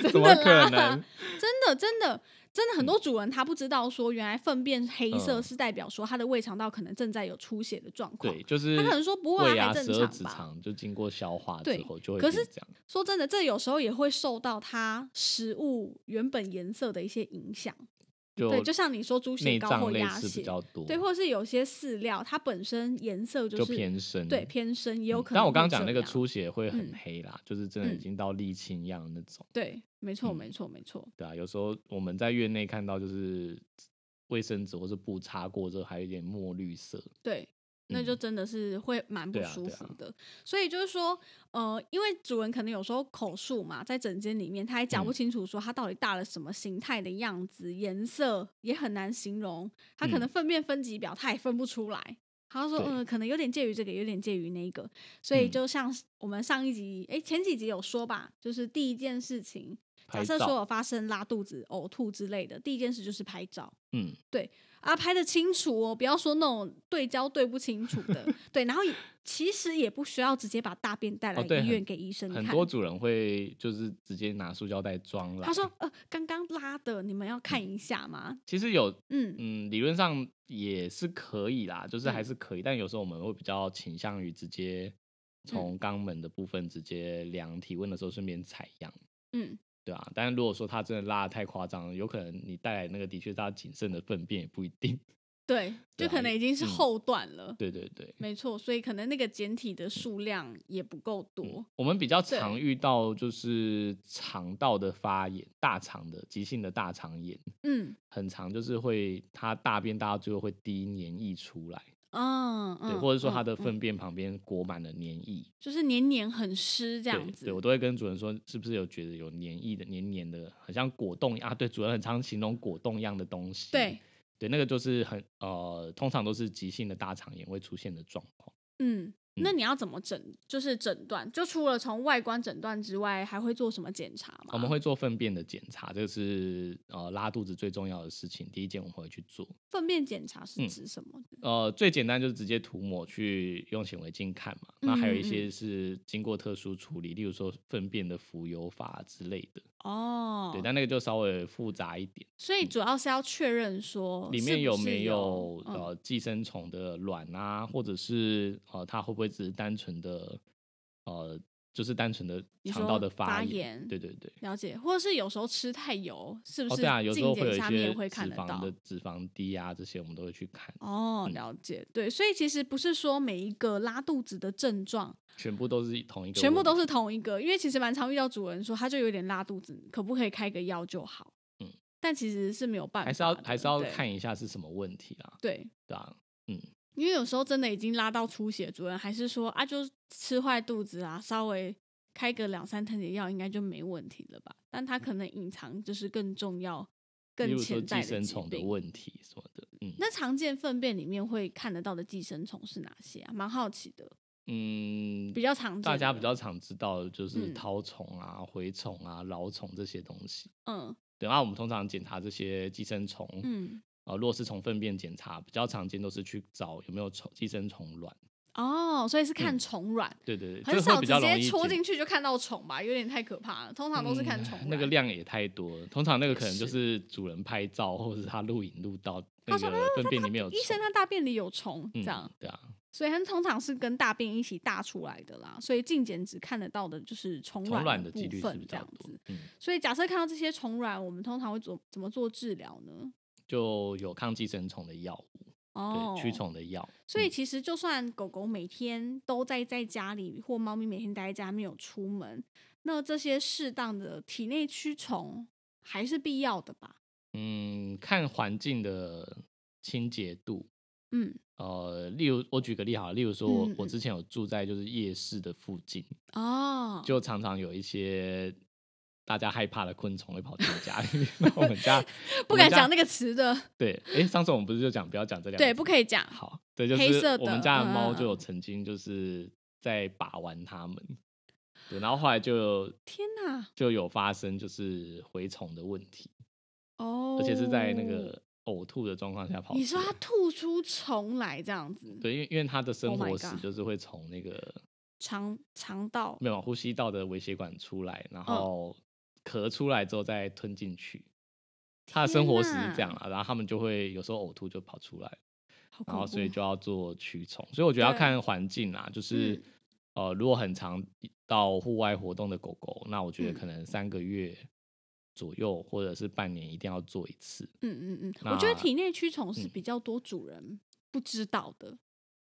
Speaker 1: 真
Speaker 2: 怎
Speaker 1: 的
Speaker 2: 么
Speaker 1: 啦
Speaker 2: 可能？
Speaker 1: 真的，真的，真的，很多主人他不知道说，原来粪便黑色
Speaker 2: 嗯
Speaker 1: 是代表说他的胃肠道可能正在有出血的状况。
Speaker 2: 对，就是
Speaker 1: 他可能说不会啊
Speaker 2: 胃啊，
Speaker 1: 还正
Speaker 2: 十二
Speaker 1: 常
Speaker 2: 指
Speaker 1: 吧
Speaker 2: 肠就经过消化之
Speaker 1: 对
Speaker 2: 后就会
Speaker 1: 可
Speaker 2: 变
Speaker 1: 是
Speaker 2: 这样。
Speaker 1: 说真的，这有时候也会受到它食物原本颜色的一些影响。
Speaker 2: 就
Speaker 1: 对，就像你说猪血
Speaker 2: 内
Speaker 1: 糕
Speaker 2: 脏
Speaker 1: 或
Speaker 2: 类
Speaker 1: 鸭
Speaker 2: 似比
Speaker 1: 血，
Speaker 2: 较多，
Speaker 1: 对，或是有些饲料它本身颜色
Speaker 2: 就是偏深，
Speaker 1: 对偏深，也有
Speaker 2: 嗯
Speaker 1: 可能、
Speaker 2: 但我刚刚讲那个，出血会很
Speaker 1: 嗯
Speaker 2: 黑啦，就是真的已
Speaker 1: 嗯
Speaker 2: 经到沥青一样的那种，
Speaker 1: 对，没错，
Speaker 2: 嗯
Speaker 1: 没错，没错，
Speaker 2: 对啊，有时候我们在院内看到就是卫生纸或是布擦过之后还有一点墨绿色，
Speaker 1: 对。那就
Speaker 2: 嗯
Speaker 1: 真的是会蛮不
Speaker 2: 对啊
Speaker 1: 舒
Speaker 2: 对
Speaker 1: 服
Speaker 2: 啊
Speaker 1: 的，所以就是说，呃，因为主人可能有时候口述嘛，在诊间里面，他也讲不
Speaker 2: 嗯
Speaker 1: 清楚说他到底大了什么形态的样子、颜色，也很难形容。他可能
Speaker 2: 嗯
Speaker 1: 粪便分级表他也分不出来，他说
Speaker 2: 对
Speaker 1: 嗯，可能有点介于这个，有点介于那个，所以
Speaker 2: 嗯
Speaker 1: 就像是我们上一集哎、诶前几集有说吧，就是第一件事情，假
Speaker 2: 拍
Speaker 1: 设
Speaker 2: 照
Speaker 1: 说有发生拉肚子、呕吐之类的，第一件事就是拍照
Speaker 2: 嗯，
Speaker 1: 啊，拍的清楚哦，不要说那种对焦对不清楚 的，对，然后也其实也不需要直接把大便带来
Speaker 2: 哦
Speaker 1: 医
Speaker 2: 对很
Speaker 1: 院给医生看。
Speaker 2: 很多主人会就是直接拿塑胶袋装啦。
Speaker 1: 他说：“呃，刚刚拉的，你们要看一下吗？
Speaker 2: 其实有
Speaker 1: 嗯，
Speaker 2: 嗯，理论上也是可以啦，就是还
Speaker 1: 嗯
Speaker 2: 是可以，但有时候我们会比较倾向于直
Speaker 1: 嗯
Speaker 2: 接从肛门的部分直接量体温的时候顺便采样，
Speaker 1: 嗯，
Speaker 2: 对啊，但是如果说它真的拉的太夸张了，有可能你带来那个的确是它仅剩的粪便也不一定。
Speaker 1: 对，
Speaker 2: 对
Speaker 1: 就
Speaker 2: 啊
Speaker 1: 可能已经是
Speaker 2: 嗯
Speaker 1: 后段了。
Speaker 2: 对对对，
Speaker 1: 没错，所以可能那个简体的数量也不
Speaker 2: 嗯
Speaker 1: 够多。
Speaker 2: 我们比较
Speaker 1: 对
Speaker 2: 常遇到就是肠道的发炎，大肠的急性的大肠炎，
Speaker 1: 嗯
Speaker 2: 很常就是会它大便大到最后会滴黏液出来，
Speaker 1: 嗯，
Speaker 2: 对，
Speaker 1: 嗯
Speaker 2: 或者说它
Speaker 1: 嗯
Speaker 2: 的
Speaker 1: 嗯
Speaker 2: 粪便旁边裹满了黏液，
Speaker 1: 就是黏黏很湿这
Speaker 2: 对
Speaker 1: 样子。
Speaker 2: 对我都会跟主人说，是不是有觉得有黏液的、黏黏的，很像果冻啊？对，主人很常形容果冻一样的东西。
Speaker 1: 对
Speaker 2: 对，那个就是很呃，通常都是急性的大肠炎会出现的状况。
Speaker 1: 嗯，那
Speaker 2: 嗯
Speaker 1: 你要怎么诊？就是诊断，就除了从外观诊断之外，还会做什么检查吗？
Speaker 2: 我们会做粪便的检查，这个是呃拉肚子最重要的事情，第一件我们会去做。
Speaker 1: 粪便检查是
Speaker 2: 嗯
Speaker 1: 指什么？
Speaker 2: 呃，最简单就是直接涂抹去用显微镜看嘛，那还有一
Speaker 1: 嗯嗯
Speaker 2: 些是经过特殊处理，例如说粪便的浮游法之类的。
Speaker 1: 哦，
Speaker 2: 对，但那个就稍微复杂一点。
Speaker 1: 所以主要是要确认说
Speaker 2: 里
Speaker 1: 哦是
Speaker 2: 面
Speaker 1: 不
Speaker 2: 有
Speaker 1: 是
Speaker 2: 没
Speaker 1: 有
Speaker 2: 有
Speaker 1: 嗯
Speaker 2: 呃寄生虫的卵啊，或者是呃它会不会只是单纯的呃就是单纯的
Speaker 1: 你
Speaker 2: 肠道
Speaker 1: 说
Speaker 2: 的
Speaker 1: 发
Speaker 2: 炎？
Speaker 1: 炎
Speaker 2: 对对对。
Speaker 1: 了解，或者是有时候吃太油，是不
Speaker 2: 哦，
Speaker 1: 是
Speaker 2: 对啊，有时候
Speaker 1: 镜
Speaker 2: 会有
Speaker 1: 检
Speaker 2: 一
Speaker 1: 下面
Speaker 2: 些
Speaker 1: 会看
Speaker 2: 脂
Speaker 1: 得
Speaker 2: 肪
Speaker 1: 到
Speaker 2: 的？脂肪低啊，这些我们都会去看，
Speaker 1: 哦，
Speaker 2: 嗯
Speaker 1: 了解，对，所以其实不是说每一个拉肚子的症状
Speaker 2: 全部都是同一个问题，
Speaker 1: 全部都是同一个，因为其实蛮常遇到主人说他就有点拉肚子，可不可以开个药就好？
Speaker 2: 嗯，
Speaker 1: 但其实是没有办法的，
Speaker 2: 还是要还是要
Speaker 1: 对
Speaker 2: 看一下是什么问题啦，
Speaker 1: 对。
Speaker 2: 对啊，
Speaker 1: 因为有时候真的已经拉到出血，主人还是说啊，就吃坏肚子啊，稍微开个两三天的药应该就没问题了吧？但他可能隐藏就是更重要、
Speaker 2: 嗯例
Speaker 1: 更
Speaker 2: 如说
Speaker 1: 潜在
Speaker 2: 寄
Speaker 1: 的
Speaker 2: 生
Speaker 1: 疾
Speaker 2: 虫的
Speaker 1: 病。
Speaker 2: 问题什么的，嗯
Speaker 1: 那常见粪便里面会看得到的寄生虫是哪些啊？蛮好奇的，
Speaker 2: 嗯
Speaker 1: 比，较常见的，
Speaker 2: 大家比较常知道的就是
Speaker 1: 嗯
Speaker 2: 绦虫啊、蛔虫啊、老虫这些东西。
Speaker 1: 嗯
Speaker 2: 对啊，我们通常检查这些寄生虫，
Speaker 1: 嗯
Speaker 2: 呃，如果是从粪便检查，比较常见都是去找有没有虫寄生虫卵。
Speaker 1: 哦，所以是看
Speaker 2: 嗯
Speaker 1: 虫卵，
Speaker 2: 对对对，
Speaker 1: 很
Speaker 2: 这会
Speaker 1: 少
Speaker 2: 比
Speaker 1: 直
Speaker 2: 较容
Speaker 1: 接
Speaker 2: 易
Speaker 1: 戳
Speaker 2: 检
Speaker 1: 进去就看到虫吧，有点太可怕了。通常都是看
Speaker 2: 嗯
Speaker 1: 虫、
Speaker 2: 那个。量也太多了。通常那个
Speaker 1: 也
Speaker 2: 可能就是是主人拍照，或者是他录影录到
Speaker 1: 他
Speaker 2: 那
Speaker 1: 说
Speaker 2: 个粪便里面有虫
Speaker 1: 医。生他大便里有虫，这
Speaker 2: 嗯
Speaker 1: 样、，
Speaker 2: 对啊，
Speaker 1: 所以它通常是跟大便一起大出来的啦，所以镜检只看得到的就是虫
Speaker 2: 虫卵
Speaker 1: 的
Speaker 2: 的几率
Speaker 1: 部
Speaker 2: 是比
Speaker 1: 分这
Speaker 2: 较
Speaker 1: 样
Speaker 2: 多
Speaker 1: 子。。
Speaker 2: 嗯，
Speaker 1: 所以假设看到这些虫卵，我们通常会怎怎么做治疗呢？
Speaker 2: 就有抗寄生虫的药物，
Speaker 1: 哦，
Speaker 2: 对，驱。虫嗯的药。
Speaker 1: 所以其实就算狗狗每天都在在家里，或猫咪每天待在家没有出门，那这些适当的体内驱虫还是必要的吧？
Speaker 2: 嗯，看环境的清洁度，
Speaker 1: 嗯，
Speaker 2: 呃，例如我举个例好了，例如说我、
Speaker 1: 嗯
Speaker 2: 我
Speaker 1: 嗯
Speaker 2: 之前有住在就是夜市的附近，
Speaker 1: 哦，
Speaker 2: 就常常有一些大家害怕的昆虫会跑进家里面。 那我们家
Speaker 1: 不敢讲那
Speaker 2: 那
Speaker 1: 个词的，
Speaker 2: 对，哎、上次我们不是就讲不要讲这两个
Speaker 1: 对，
Speaker 2: 字
Speaker 1: 不可以讲。
Speaker 2: 好，对，就
Speaker 1: 黑色
Speaker 2: 是
Speaker 1: 的
Speaker 2: 我们家
Speaker 1: 嗯
Speaker 2: 的猫
Speaker 1: 嗯
Speaker 2: 就有
Speaker 1: 嗯
Speaker 2: 曾经就是在把玩它们，对，然后后来就
Speaker 1: 天哪，
Speaker 2: 就有发生就是蛔虫的问题，
Speaker 1: 哦，
Speaker 2: 而且是在那个呕吐的状况下跑出来。
Speaker 1: 你说它吐出虫来这样子，
Speaker 2: 对，因为因为它的生
Speaker 1: Oh my
Speaker 2: 活史
Speaker 1: God
Speaker 2: 就是会从那个
Speaker 1: 肠肠道
Speaker 2: 没有呼吸道的微血管出来，
Speaker 1: 嗯
Speaker 2: 然后咳出来之后再吞进去。它的生活史是这样啦，然后他们就会有时候呕吐就跑出来，
Speaker 1: 好
Speaker 2: 然
Speaker 1: 恐
Speaker 2: 后所以
Speaker 1: 怖
Speaker 2: 就要做驱虫。所以我觉得要
Speaker 1: 哦对
Speaker 2: 看环境啦，就是、
Speaker 1: 嗯
Speaker 2: 呃，如果很常到户外活动的狗狗，那我觉得
Speaker 1: 嗯
Speaker 2: 可能三个月左右或者是半年一定要做一次。
Speaker 1: 嗯嗯嗯，我觉得
Speaker 2: 那
Speaker 1: 体内驱虫是
Speaker 2: 嗯
Speaker 1: 比较多主人不知道的，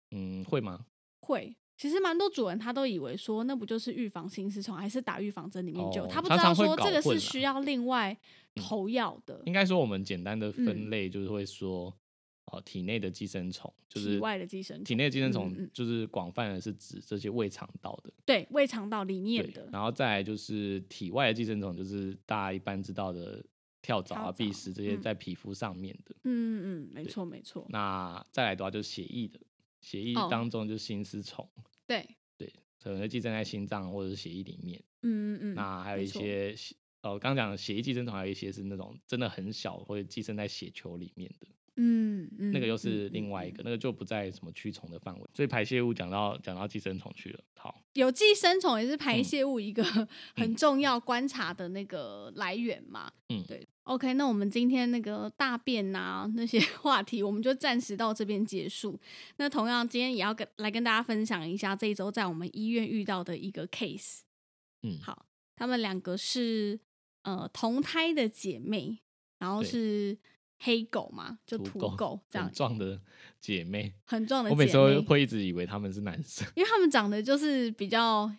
Speaker 2: 嗯，会吗？
Speaker 1: 会。其实蛮多主人他都以为说那不就是预防心丝虫，还是打预防针里面就有，
Speaker 2: 哦
Speaker 1: 他不知
Speaker 2: 常
Speaker 1: 道
Speaker 2: 常会
Speaker 1: 说
Speaker 2: 搞
Speaker 1: 这个
Speaker 2: 混
Speaker 1: 是
Speaker 2: 啊
Speaker 1: 需要另外
Speaker 2: 嗯
Speaker 1: 投药的，
Speaker 2: 应该说我们简单的
Speaker 1: 嗯
Speaker 2: 分类就是会说，呃，体内的寄生虫就
Speaker 1: 体
Speaker 2: 是
Speaker 1: 外的寄生
Speaker 2: 体
Speaker 1: 虫
Speaker 2: 内的寄生
Speaker 1: 嗯嗯
Speaker 2: 虫就是广泛的是指这些胃肠道的，
Speaker 1: 对胃肠道里面
Speaker 2: 对
Speaker 1: 的，
Speaker 2: 然后再来就是体外的寄生虫，就是大家一般知道的跳蚤
Speaker 1: 跳
Speaker 2: 啊、
Speaker 1: 蚤
Speaker 2: 蜱虱这些
Speaker 1: 嗯
Speaker 2: 在皮肤上面的。
Speaker 1: 嗯嗯嗯，没错没错，
Speaker 2: 那再来的话就是血液的，血液
Speaker 1: 哦
Speaker 2: 当中就是心丝虫，
Speaker 1: 对，
Speaker 2: 可能会寄生在心脏或者是血液里面。
Speaker 1: 嗯嗯嗯，
Speaker 2: 那还有
Speaker 1: 没
Speaker 2: 一
Speaker 1: 错
Speaker 2: 些血，呃，刚讲的血液寄生虫，还有一些是那种真的很小会寄生在血球里面的，
Speaker 1: 嗯嗯，
Speaker 2: 那个又
Speaker 1: 嗯
Speaker 2: 是
Speaker 1: 嗯
Speaker 2: 另外一
Speaker 1: 嗯
Speaker 2: 个，那个就不在什么驱虫的范围。所以排泄物讲到讲到寄生虫去了，好，
Speaker 1: 有寄生虫也是排
Speaker 2: 嗯
Speaker 1: 泄物一个 很重要观察的那个来源嘛。
Speaker 2: 嗯
Speaker 1: 对。OK，那我们今天那个大便啊那些 话题，我们就暂时到这边结束。那同样，今天也要跟来跟大家分享一下这一周在我们医院遇到的一个 case。
Speaker 2: 嗯，
Speaker 1: 好他们两个是呃同胎的姐妹，然后
Speaker 2: 对
Speaker 1: 是黑狗嘛，就土
Speaker 2: 狗
Speaker 1: 狗这样
Speaker 2: 很，壮的姐妹，
Speaker 1: 很壮的
Speaker 2: 我每次
Speaker 1: 姐
Speaker 2: 都
Speaker 1: 妹，
Speaker 2: 会一直以为他们是男生，
Speaker 1: 因为他们长得就是比较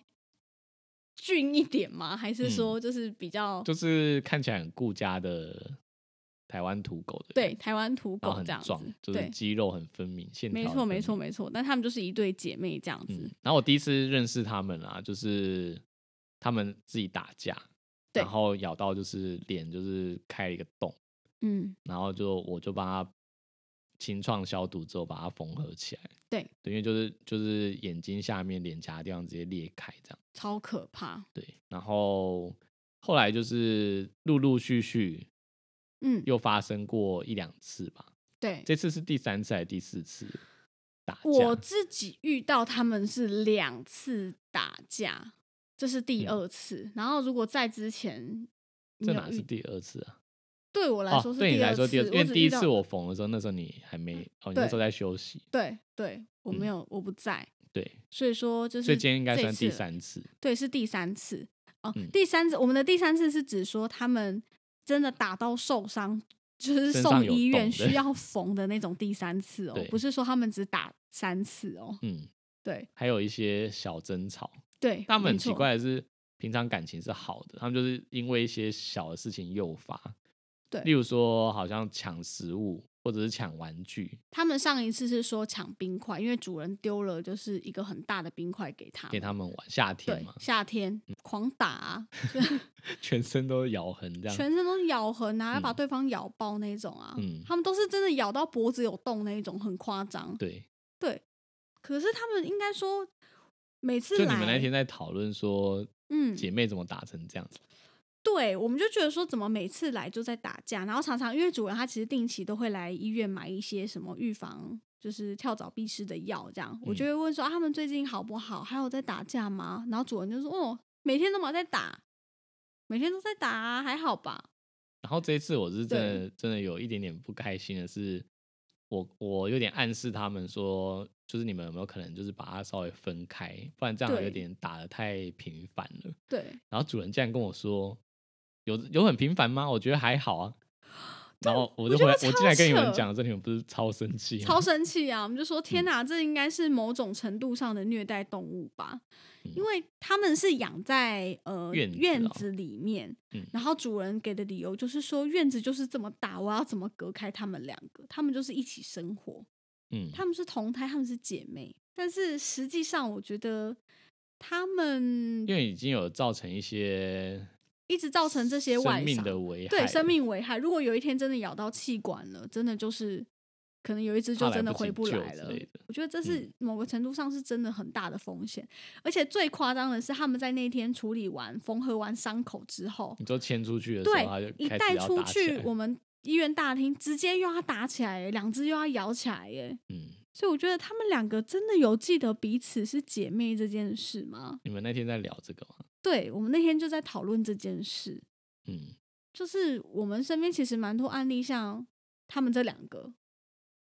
Speaker 1: 俊一点嘛，还是说就是比较、
Speaker 2: 嗯就是看起来很顾家的台湾土狗的，
Speaker 1: 对，台湾土
Speaker 2: 然后
Speaker 1: 狗
Speaker 2: 很
Speaker 1: 这样子
Speaker 2: 壮，，就是
Speaker 1: 对，
Speaker 2: 肌肉很分明，线条
Speaker 1: 没
Speaker 2: 很
Speaker 1: 错
Speaker 2: 分
Speaker 1: 没
Speaker 2: 明
Speaker 1: 错没错，但他们就是一对姐妹这样子，
Speaker 2: 嗯，然后我第一次认识他们啦，就是他们自己打架，
Speaker 1: 对
Speaker 2: 然后咬到就是脸就是开了一个洞，
Speaker 1: 嗯
Speaker 2: 然后就我就帮他清创消毒之后把它缝合起来，
Speaker 1: 对，
Speaker 2: 对，因为就是就是眼睛下面脸颊的地方直接裂开这样，
Speaker 1: 超可怕，
Speaker 2: 对，然后后来就是陆陆续续
Speaker 1: 嗯，
Speaker 2: 又发生过一两次吧，
Speaker 1: 对，
Speaker 2: 这次是第三次还是第四次打架？
Speaker 1: 我自己遇到他们是两次打架，这是第
Speaker 2: 嗯
Speaker 1: 二次。然后如果在之前
Speaker 2: 这
Speaker 1: 没有
Speaker 2: 哪是
Speaker 1: 遇，
Speaker 2: 第二次啊？
Speaker 1: 对我来说
Speaker 2: 哦、
Speaker 1: 是
Speaker 2: 对你
Speaker 1: 第
Speaker 2: 来
Speaker 1: 二次，
Speaker 2: 说第二次，因为
Speaker 1: 我只
Speaker 2: 第一
Speaker 1: 遇到嗯
Speaker 2: 次我缝的时候，那时候你还没哦，你那
Speaker 1: 对
Speaker 2: 时候在休息，
Speaker 1: 对对我没
Speaker 2: 嗯
Speaker 1: 有、我不在，
Speaker 2: 对，
Speaker 1: 所以说就是
Speaker 2: 所以今天应该
Speaker 1: 这一
Speaker 2: 算第
Speaker 1: 次了
Speaker 2: 三次，
Speaker 1: 对，是第三次哦、
Speaker 2: 嗯
Speaker 1: 第三次我们的第三次是指说他们真的打到受伤，就是
Speaker 2: 身
Speaker 1: 送
Speaker 2: 上有
Speaker 1: 医院
Speaker 2: 洞的
Speaker 1: 需 要缝的那种第三次哦
Speaker 2: 对，
Speaker 1: 不是说他们只打三次哦，
Speaker 2: 嗯，
Speaker 1: 对
Speaker 2: 还有一些小争吵，
Speaker 1: 对，
Speaker 2: 他们
Speaker 1: 没
Speaker 2: 很奇
Speaker 1: 错
Speaker 2: 怪的是，平常感情是好的，他们就是因为一些小的事情诱发，
Speaker 1: 对
Speaker 2: 例如说好像抢食物或者是抢玩具
Speaker 1: 他们上一次是说抢冰块，因为主人丢了就是一个很大的冰块给他们，
Speaker 2: 给他们玩，夏天
Speaker 1: 对
Speaker 2: 嘛， 嗯
Speaker 1: 夏天狂打啊、
Speaker 2: 全身都是咬痕这样，
Speaker 1: 全身都是咬痕啊，要把
Speaker 2: 嗯
Speaker 1: 对方咬爆那种啊，
Speaker 2: 嗯
Speaker 1: 他们都是真的咬到脖子有洞那一种，很夸张。
Speaker 2: 对，
Speaker 1: 可是他们应该说每次
Speaker 2: 就
Speaker 1: 来，
Speaker 2: 你们那天在讨论说
Speaker 1: 嗯，
Speaker 2: 姐妹怎么打成这样子，
Speaker 1: 对，我们就觉得说，怎么每次来就在打架，然后常常因为主人他其实定期都会来医院买一些什么预防就是跳蚤必施的药，这样我就会问说、啊，他们最近好不好？还有在打架吗？然后主人就说哦，每天都没有在打，每天都在打、啊，还好吧？
Speaker 2: 然后这一次我是真
Speaker 1: 对
Speaker 2: 的真的有一点点不开心的是，我我有点暗示他们说，就是你们有没有可能就是把它稍微分开，不然这样
Speaker 1: 对
Speaker 2: 有点打的太频繁了。
Speaker 1: 对，
Speaker 2: 然后主人竟然跟我说，有有很频繁吗？我觉得还好啊。然后我就
Speaker 1: 我觉
Speaker 2: 回
Speaker 1: 得
Speaker 2: 来，
Speaker 1: 超
Speaker 2: 我进来跟你们
Speaker 1: 扯
Speaker 2: 讲，这你们不是超生气吗？
Speaker 1: 超生气啊！我们就说
Speaker 2: 嗯
Speaker 1: 天哪，这应该是某种程度上的虐待动物吧，
Speaker 2: 嗯
Speaker 1: 因为他们是养在呃
Speaker 2: 院子哦
Speaker 1: 子里面，
Speaker 2: 嗯
Speaker 1: 然后主人给的理由就是说院子就是这么大，我要怎么隔开他们两个？他们就是一起生活，
Speaker 2: 嗯，
Speaker 1: 他们是同胎，他们是姐妹，但是实际上我觉得他们
Speaker 2: 因为已经有造成一些
Speaker 1: 一直造成这些外
Speaker 2: 生命
Speaker 1: 伤，
Speaker 2: 的危害，
Speaker 1: 对生，命危害。如果有一天真的咬到气管了，真的就是可能有一只
Speaker 2: 怕
Speaker 1: 就
Speaker 2: 来
Speaker 1: 真的
Speaker 2: 不
Speaker 1: 回
Speaker 2: 及
Speaker 1: 不
Speaker 2: 救
Speaker 1: 来
Speaker 2: 之
Speaker 1: 了
Speaker 2: 类的。嗯
Speaker 1: 我觉得这是某个程度上是真的很大的风险，而且最夸张的是，他们在那天处理完、缝合完伤口之后，
Speaker 2: 你就牵出去的时候，
Speaker 1: 对
Speaker 2: 它就，
Speaker 1: 一
Speaker 2: 嗯开
Speaker 1: 带
Speaker 2: 始要
Speaker 1: 出
Speaker 2: 打起
Speaker 1: 去，
Speaker 2: 来
Speaker 1: 我们医院大厅直接又要打起来耶，两只又要咬起来耶。
Speaker 2: 嗯，
Speaker 1: 所以我觉得他们两个真的有记得彼此是姐妹这件事吗？
Speaker 2: 你们那天在聊这个吗？
Speaker 1: 对，我们那天就在讨论这件事。
Speaker 2: 嗯，
Speaker 1: 就是我们身边其实蛮多案例，像他们这两个，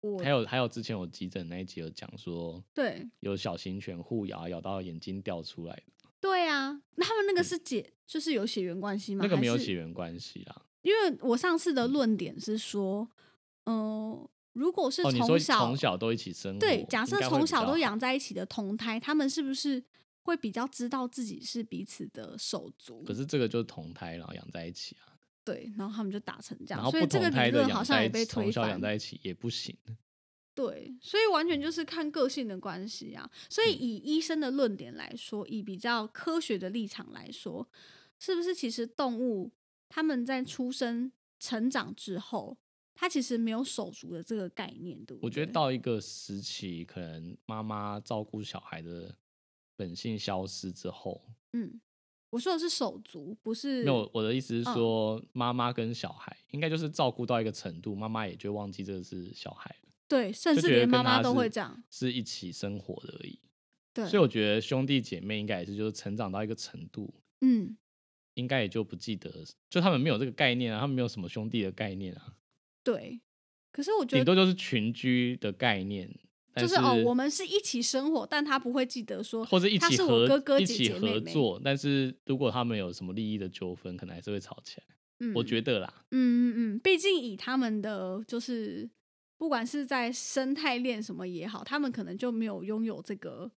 Speaker 1: 我
Speaker 2: 还有还有，之前我急诊那一集有讲说，
Speaker 1: 对
Speaker 2: 有小型犬互咬，咬到眼睛掉出来的，
Speaker 1: 对啊，那他们那个是血，就是有血缘关系吗？
Speaker 2: 嗯那个没有
Speaker 1: 还是
Speaker 2: 血，缘嗯关系啦。
Speaker 1: 因为我上次的论点是说，嗯、如果是
Speaker 2: 哦，你说
Speaker 1: 从小、
Speaker 2: 从小都一起生活，
Speaker 1: 对，假设
Speaker 2: 应该会
Speaker 1: 从
Speaker 2: 比较
Speaker 1: 小
Speaker 2: 好
Speaker 1: 都养，在一起的同胎，他们是不是会比较知道自己是彼此的手足？
Speaker 2: 可是这个就是同胎，然后养在一起啊，
Speaker 1: 对，然后他们就打成这
Speaker 2: 然
Speaker 1: 样，
Speaker 2: 后
Speaker 1: 所
Speaker 2: 不
Speaker 1: 以这
Speaker 2: 同
Speaker 1: 个
Speaker 2: 胎
Speaker 1: 理
Speaker 2: 的
Speaker 1: 论好
Speaker 2: 养
Speaker 1: 像
Speaker 2: 在
Speaker 1: 也
Speaker 2: 一起，
Speaker 1: 被
Speaker 2: 从
Speaker 1: 推
Speaker 2: 小
Speaker 1: 翻
Speaker 2: 养。在一起也不行。
Speaker 1: 对，所以完全就是看个性的关系啊。所
Speaker 2: 嗯
Speaker 1: 以以医生的论点来说，以比较科学的立场来说，是不是其实动物它们在出生、成长之后，它其实没有手足的这个概念，对不对？
Speaker 2: 我觉得到一个时期，可能妈妈照顾小孩的本性消失之后，
Speaker 1: 嗯，我说的是手足，不是
Speaker 2: 没有我的意思是
Speaker 1: 嗯
Speaker 2: 说，妈妈跟小孩应该就是照顾到一个程度，妈妈也就忘记这个是小孩了，
Speaker 1: 对，甚
Speaker 2: 就
Speaker 1: 至
Speaker 2: 觉得
Speaker 1: 连
Speaker 2: 跟
Speaker 1: 妈妈
Speaker 2: 他
Speaker 1: 都会
Speaker 2: 是
Speaker 1: 这样。
Speaker 2: 是一起生活的而已。
Speaker 1: 对，
Speaker 2: 所以我觉得兄弟姐妹应该也是，就是成长到一个程度，
Speaker 1: 嗯，
Speaker 2: 应该也就不记得，就他们没有这个概念啊，他们没有什么兄弟的概念啊，
Speaker 1: 对。可是我觉
Speaker 2: 顶
Speaker 1: 得
Speaker 2: 多就是群居的概念，但
Speaker 1: 就是哦，我们是一起生活，但他不会记得说
Speaker 2: 或者一
Speaker 1: 他
Speaker 2: 起
Speaker 1: 是我
Speaker 2: 合
Speaker 1: 哥哥
Speaker 2: 一
Speaker 1: 姐
Speaker 2: 起
Speaker 1: 姐妹
Speaker 2: 合
Speaker 1: 妹
Speaker 2: 作，但是如果他们有什么利益的纠纷，可能还是会吵起来。
Speaker 1: 嗯，
Speaker 2: 我觉得啦，
Speaker 1: 嗯嗯嗯，毕竟以他们的就是，不管是在生态链什么也好，他们可能就没有拥有这个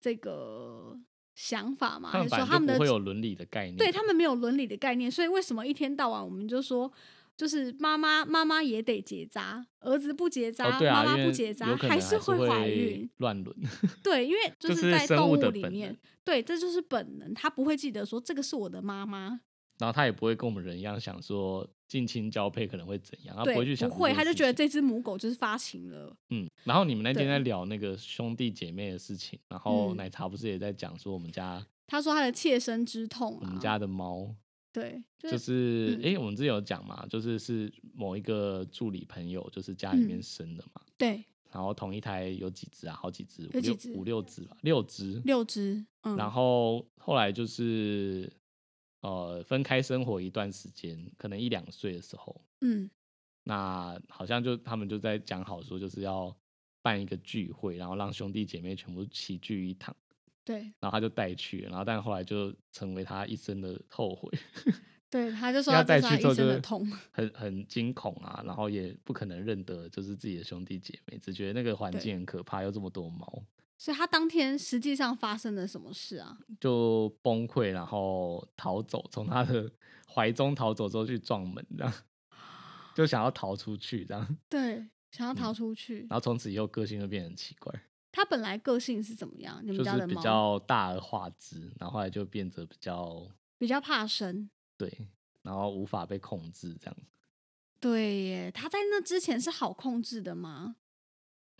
Speaker 1: 这个想法嘛，还
Speaker 2: 他们
Speaker 1: 是说
Speaker 2: 本来
Speaker 1: 他
Speaker 2: 就
Speaker 1: 们的
Speaker 2: 不会有伦理的概念，
Speaker 1: 对他们没有伦理的概念，所以为什么一天到晚我们就说，就是妈妈妈妈也得结扎，儿子不结扎，
Speaker 2: 哦对啊，
Speaker 1: 妈
Speaker 2: 因
Speaker 1: 妈
Speaker 2: 为
Speaker 1: 不结扎
Speaker 2: 有可能还
Speaker 1: 是
Speaker 2: 会
Speaker 1: 怀孕。
Speaker 2: 乱伦。
Speaker 1: 对，因为
Speaker 2: 就是
Speaker 1: 在
Speaker 2: 生
Speaker 1: 动
Speaker 2: 物
Speaker 1: 物
Speaker 2: 的
Speaker 1: 里
Speaker 2: 本
Speaker 1: 面
Speaker 2: 能，
Speaker 1: 对，这就是本能，他不会记得说这个是我的妈妈，
Speaker 2: 然后他也不会跟我们人一样想说近亲交配可能会怎样，他
Speaker 1: 对，
Speaker 2: 不会去想这件事情，
Speaker 1: 他就觉得这只母狗就是发情了。
Speaker 2: 嗯。然后你们那天
Speaker 1: 对
Speaker 2: 在聊那个兄弟姐妹的事情，然后
Speaker 1: 嗯
Speaker 2: 奶茶不是也在讲说我们家
Speaker 1: 他说他的切身之痛
Speaker 2: 我
Speaker 1: 啊，
Speaker 2: 们家的猫
Speaker 1: 对，就
Speaker 2: 就是是
Speaker 1: 嗯
Speaker 2: 诶，我们之前有讲嘛，就是是某一个助理朋友就是家里面
Speaker 1: 嗯
Speaker 2: 生的嘛，
Speaker 1: 对
Speaker 2: 然后同一台有几只啊，好几只，五
Speaker 1: 有
Speaker 2: 六
Speaker 1: 几只
Speaker 2: 五六只吧，六只，
Speaker 1: 六只，嗯，
Speaker 2: 然后后来就是呃分开生活一段时间，可能一两岁的时候，
Speaker 1: 嗯
Speaker 2: 那好像就他们就在讲好说就是要办一个聚会，然后让兄弟姐妹全部齐聚一堂，
Speaker 1: 对
Speaker 2: 然后他就带去了，然后但后来就成为他一生的后悔，
Speaker 1: 对，他就说
Speaker 2: 要
Speaker 1: 他
Speaker 2: 带
Speaker 1: 这是他
Speaker 2: 去之后
Speaker 1: 一
Speaker 2: 就
Speaker 1: 生
Speaker 2: 是
Speaker 1: 的痛，
Speaker 2: 很很惊恐啊，然后也不可能认得就是自己的兄弟姐妹，只觉得那个环
Speaker 1: 对
Speaker 2: 境很可怕，又这么多猫，
Speaker 1: 所以他当天实际上发生了什么事啊？
Speaker 2: 就崩溃，然后逃走，从他的怀中逃走之后去撞门，这样就想要逃出去，这样，
Speaker 1: 对，想要逃出去。
Speaker 2: 嗯然后从此以后个性就变得很奇怪，
Speaker 1: 他本来个性是怎么样？你
Speaker 2: 就
Speaker 1: 们家
Speaker 2: 是
Speaker 1: 的
Speaker 2: 比
Speaker 1: 猫
Speaker 2: 较大而化之，然后后来就变得比较
Speaker 1: 比较怕生，
Speaker 2: 对，然后无法被控制这样，
Speaker 1: 对耶。他在那之前是好控制的吗？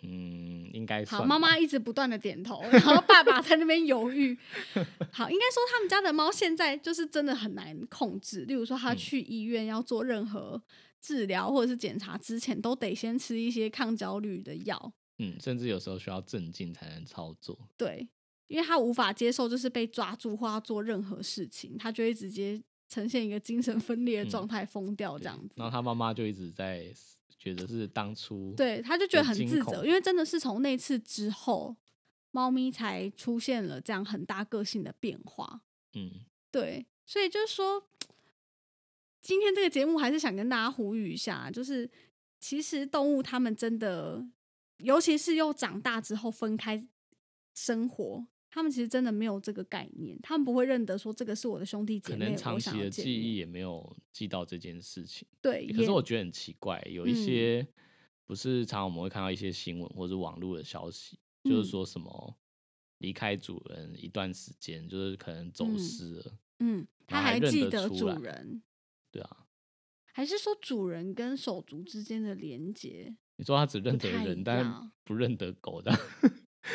Speaker 2: 嗯，应该
Speaker 1: 好，
Speaker 2: 算
Speaker 1: 妈
Speaker 2: 吧
Speaker 1: 妈一直不断的点头，然后爸爸在那边犹豫。 好，应该说他们家的猫现在就是真的很难控制，例如说它
Speaker 2: 嗯
Speaker 1: 去医院要做任何治疗或者是检查之前，都得先吃一些抗焦虑的药，
Speaker 2: 嗯，甚至有时候需要镇静才能操作，
Speaker 1: 对，因为它无法接受就是被抓住或要做任何事情，它就会直接呈现一个精神分裂的状态，疯掉这样子。
Speaker 2: 嗯然后他妈妈就一直在觉得是当初
Speaker 1: 对，他就觉得很
Speaker 2: 很
Speaker 1: 自
Speaker 2: 惊
Speaker 1: 责，
Speaker 2: 恐
Speaker 1: 因为真的是从那次之后，猫咪才出现了这样很大个性的变化。
Speaker 2: 嗯，
Speaker 1: 对，所以就是说，今天这个节目还是想跟大家呼吁一下，就是其实动物它们真的，尤其是又长大之后分开生活，它们其实真的没有这个概念，它们不会认得说这个是我的兄弟姐
Speaker 2: 可
Speaker 1: 妹，
Speaker 2: 能
Speaker 1: 我
Speaker 2: 长
Speaker 1: 想
Speaker 2: 期
Speaker 1: 要
Speaker 2: 的
Speaker 1: 见
Speaker 2: 记忆
Speaker 1: 面。
Speaker 2: 也没有记到这件事情。
Speaker 1: 对，
Speaker 2: 可
Speaker 1: 也
Speaker 2: 是我觉得很奇怪，有一
Speaker 1: 嗯
Speaker 2: 些、不是常常我们会看到一些新闻或者是网络的消息，
Speaker 1: 嗯
Speaker 2: 就是说什么离开主人一段时间，就是可能走
Speaker 1: 嗯
Speaker 2: 失了，
Speaker 1: 嗯，它
Speaker 2: 哪还认
Speaker 1: 记
Speaker 2: 得
Speaker 1: 得
Speaker 2: 出
Speaker 1: 主
Speaker 2: 来
Speaker 1: 人，
Speaker 2: 对啊。
Speaker 1: 还是说主人跟手足之间的连接？
Speaker 2: 你说他只认
Speaker 1: 不
Speaker 2: 得
Speaker 1: 太
Speaker 2: 人，
Speaker 1: 一
Speaker 2: 但是
Speaker 1: 样
Speaker 2: 不认得狗 的，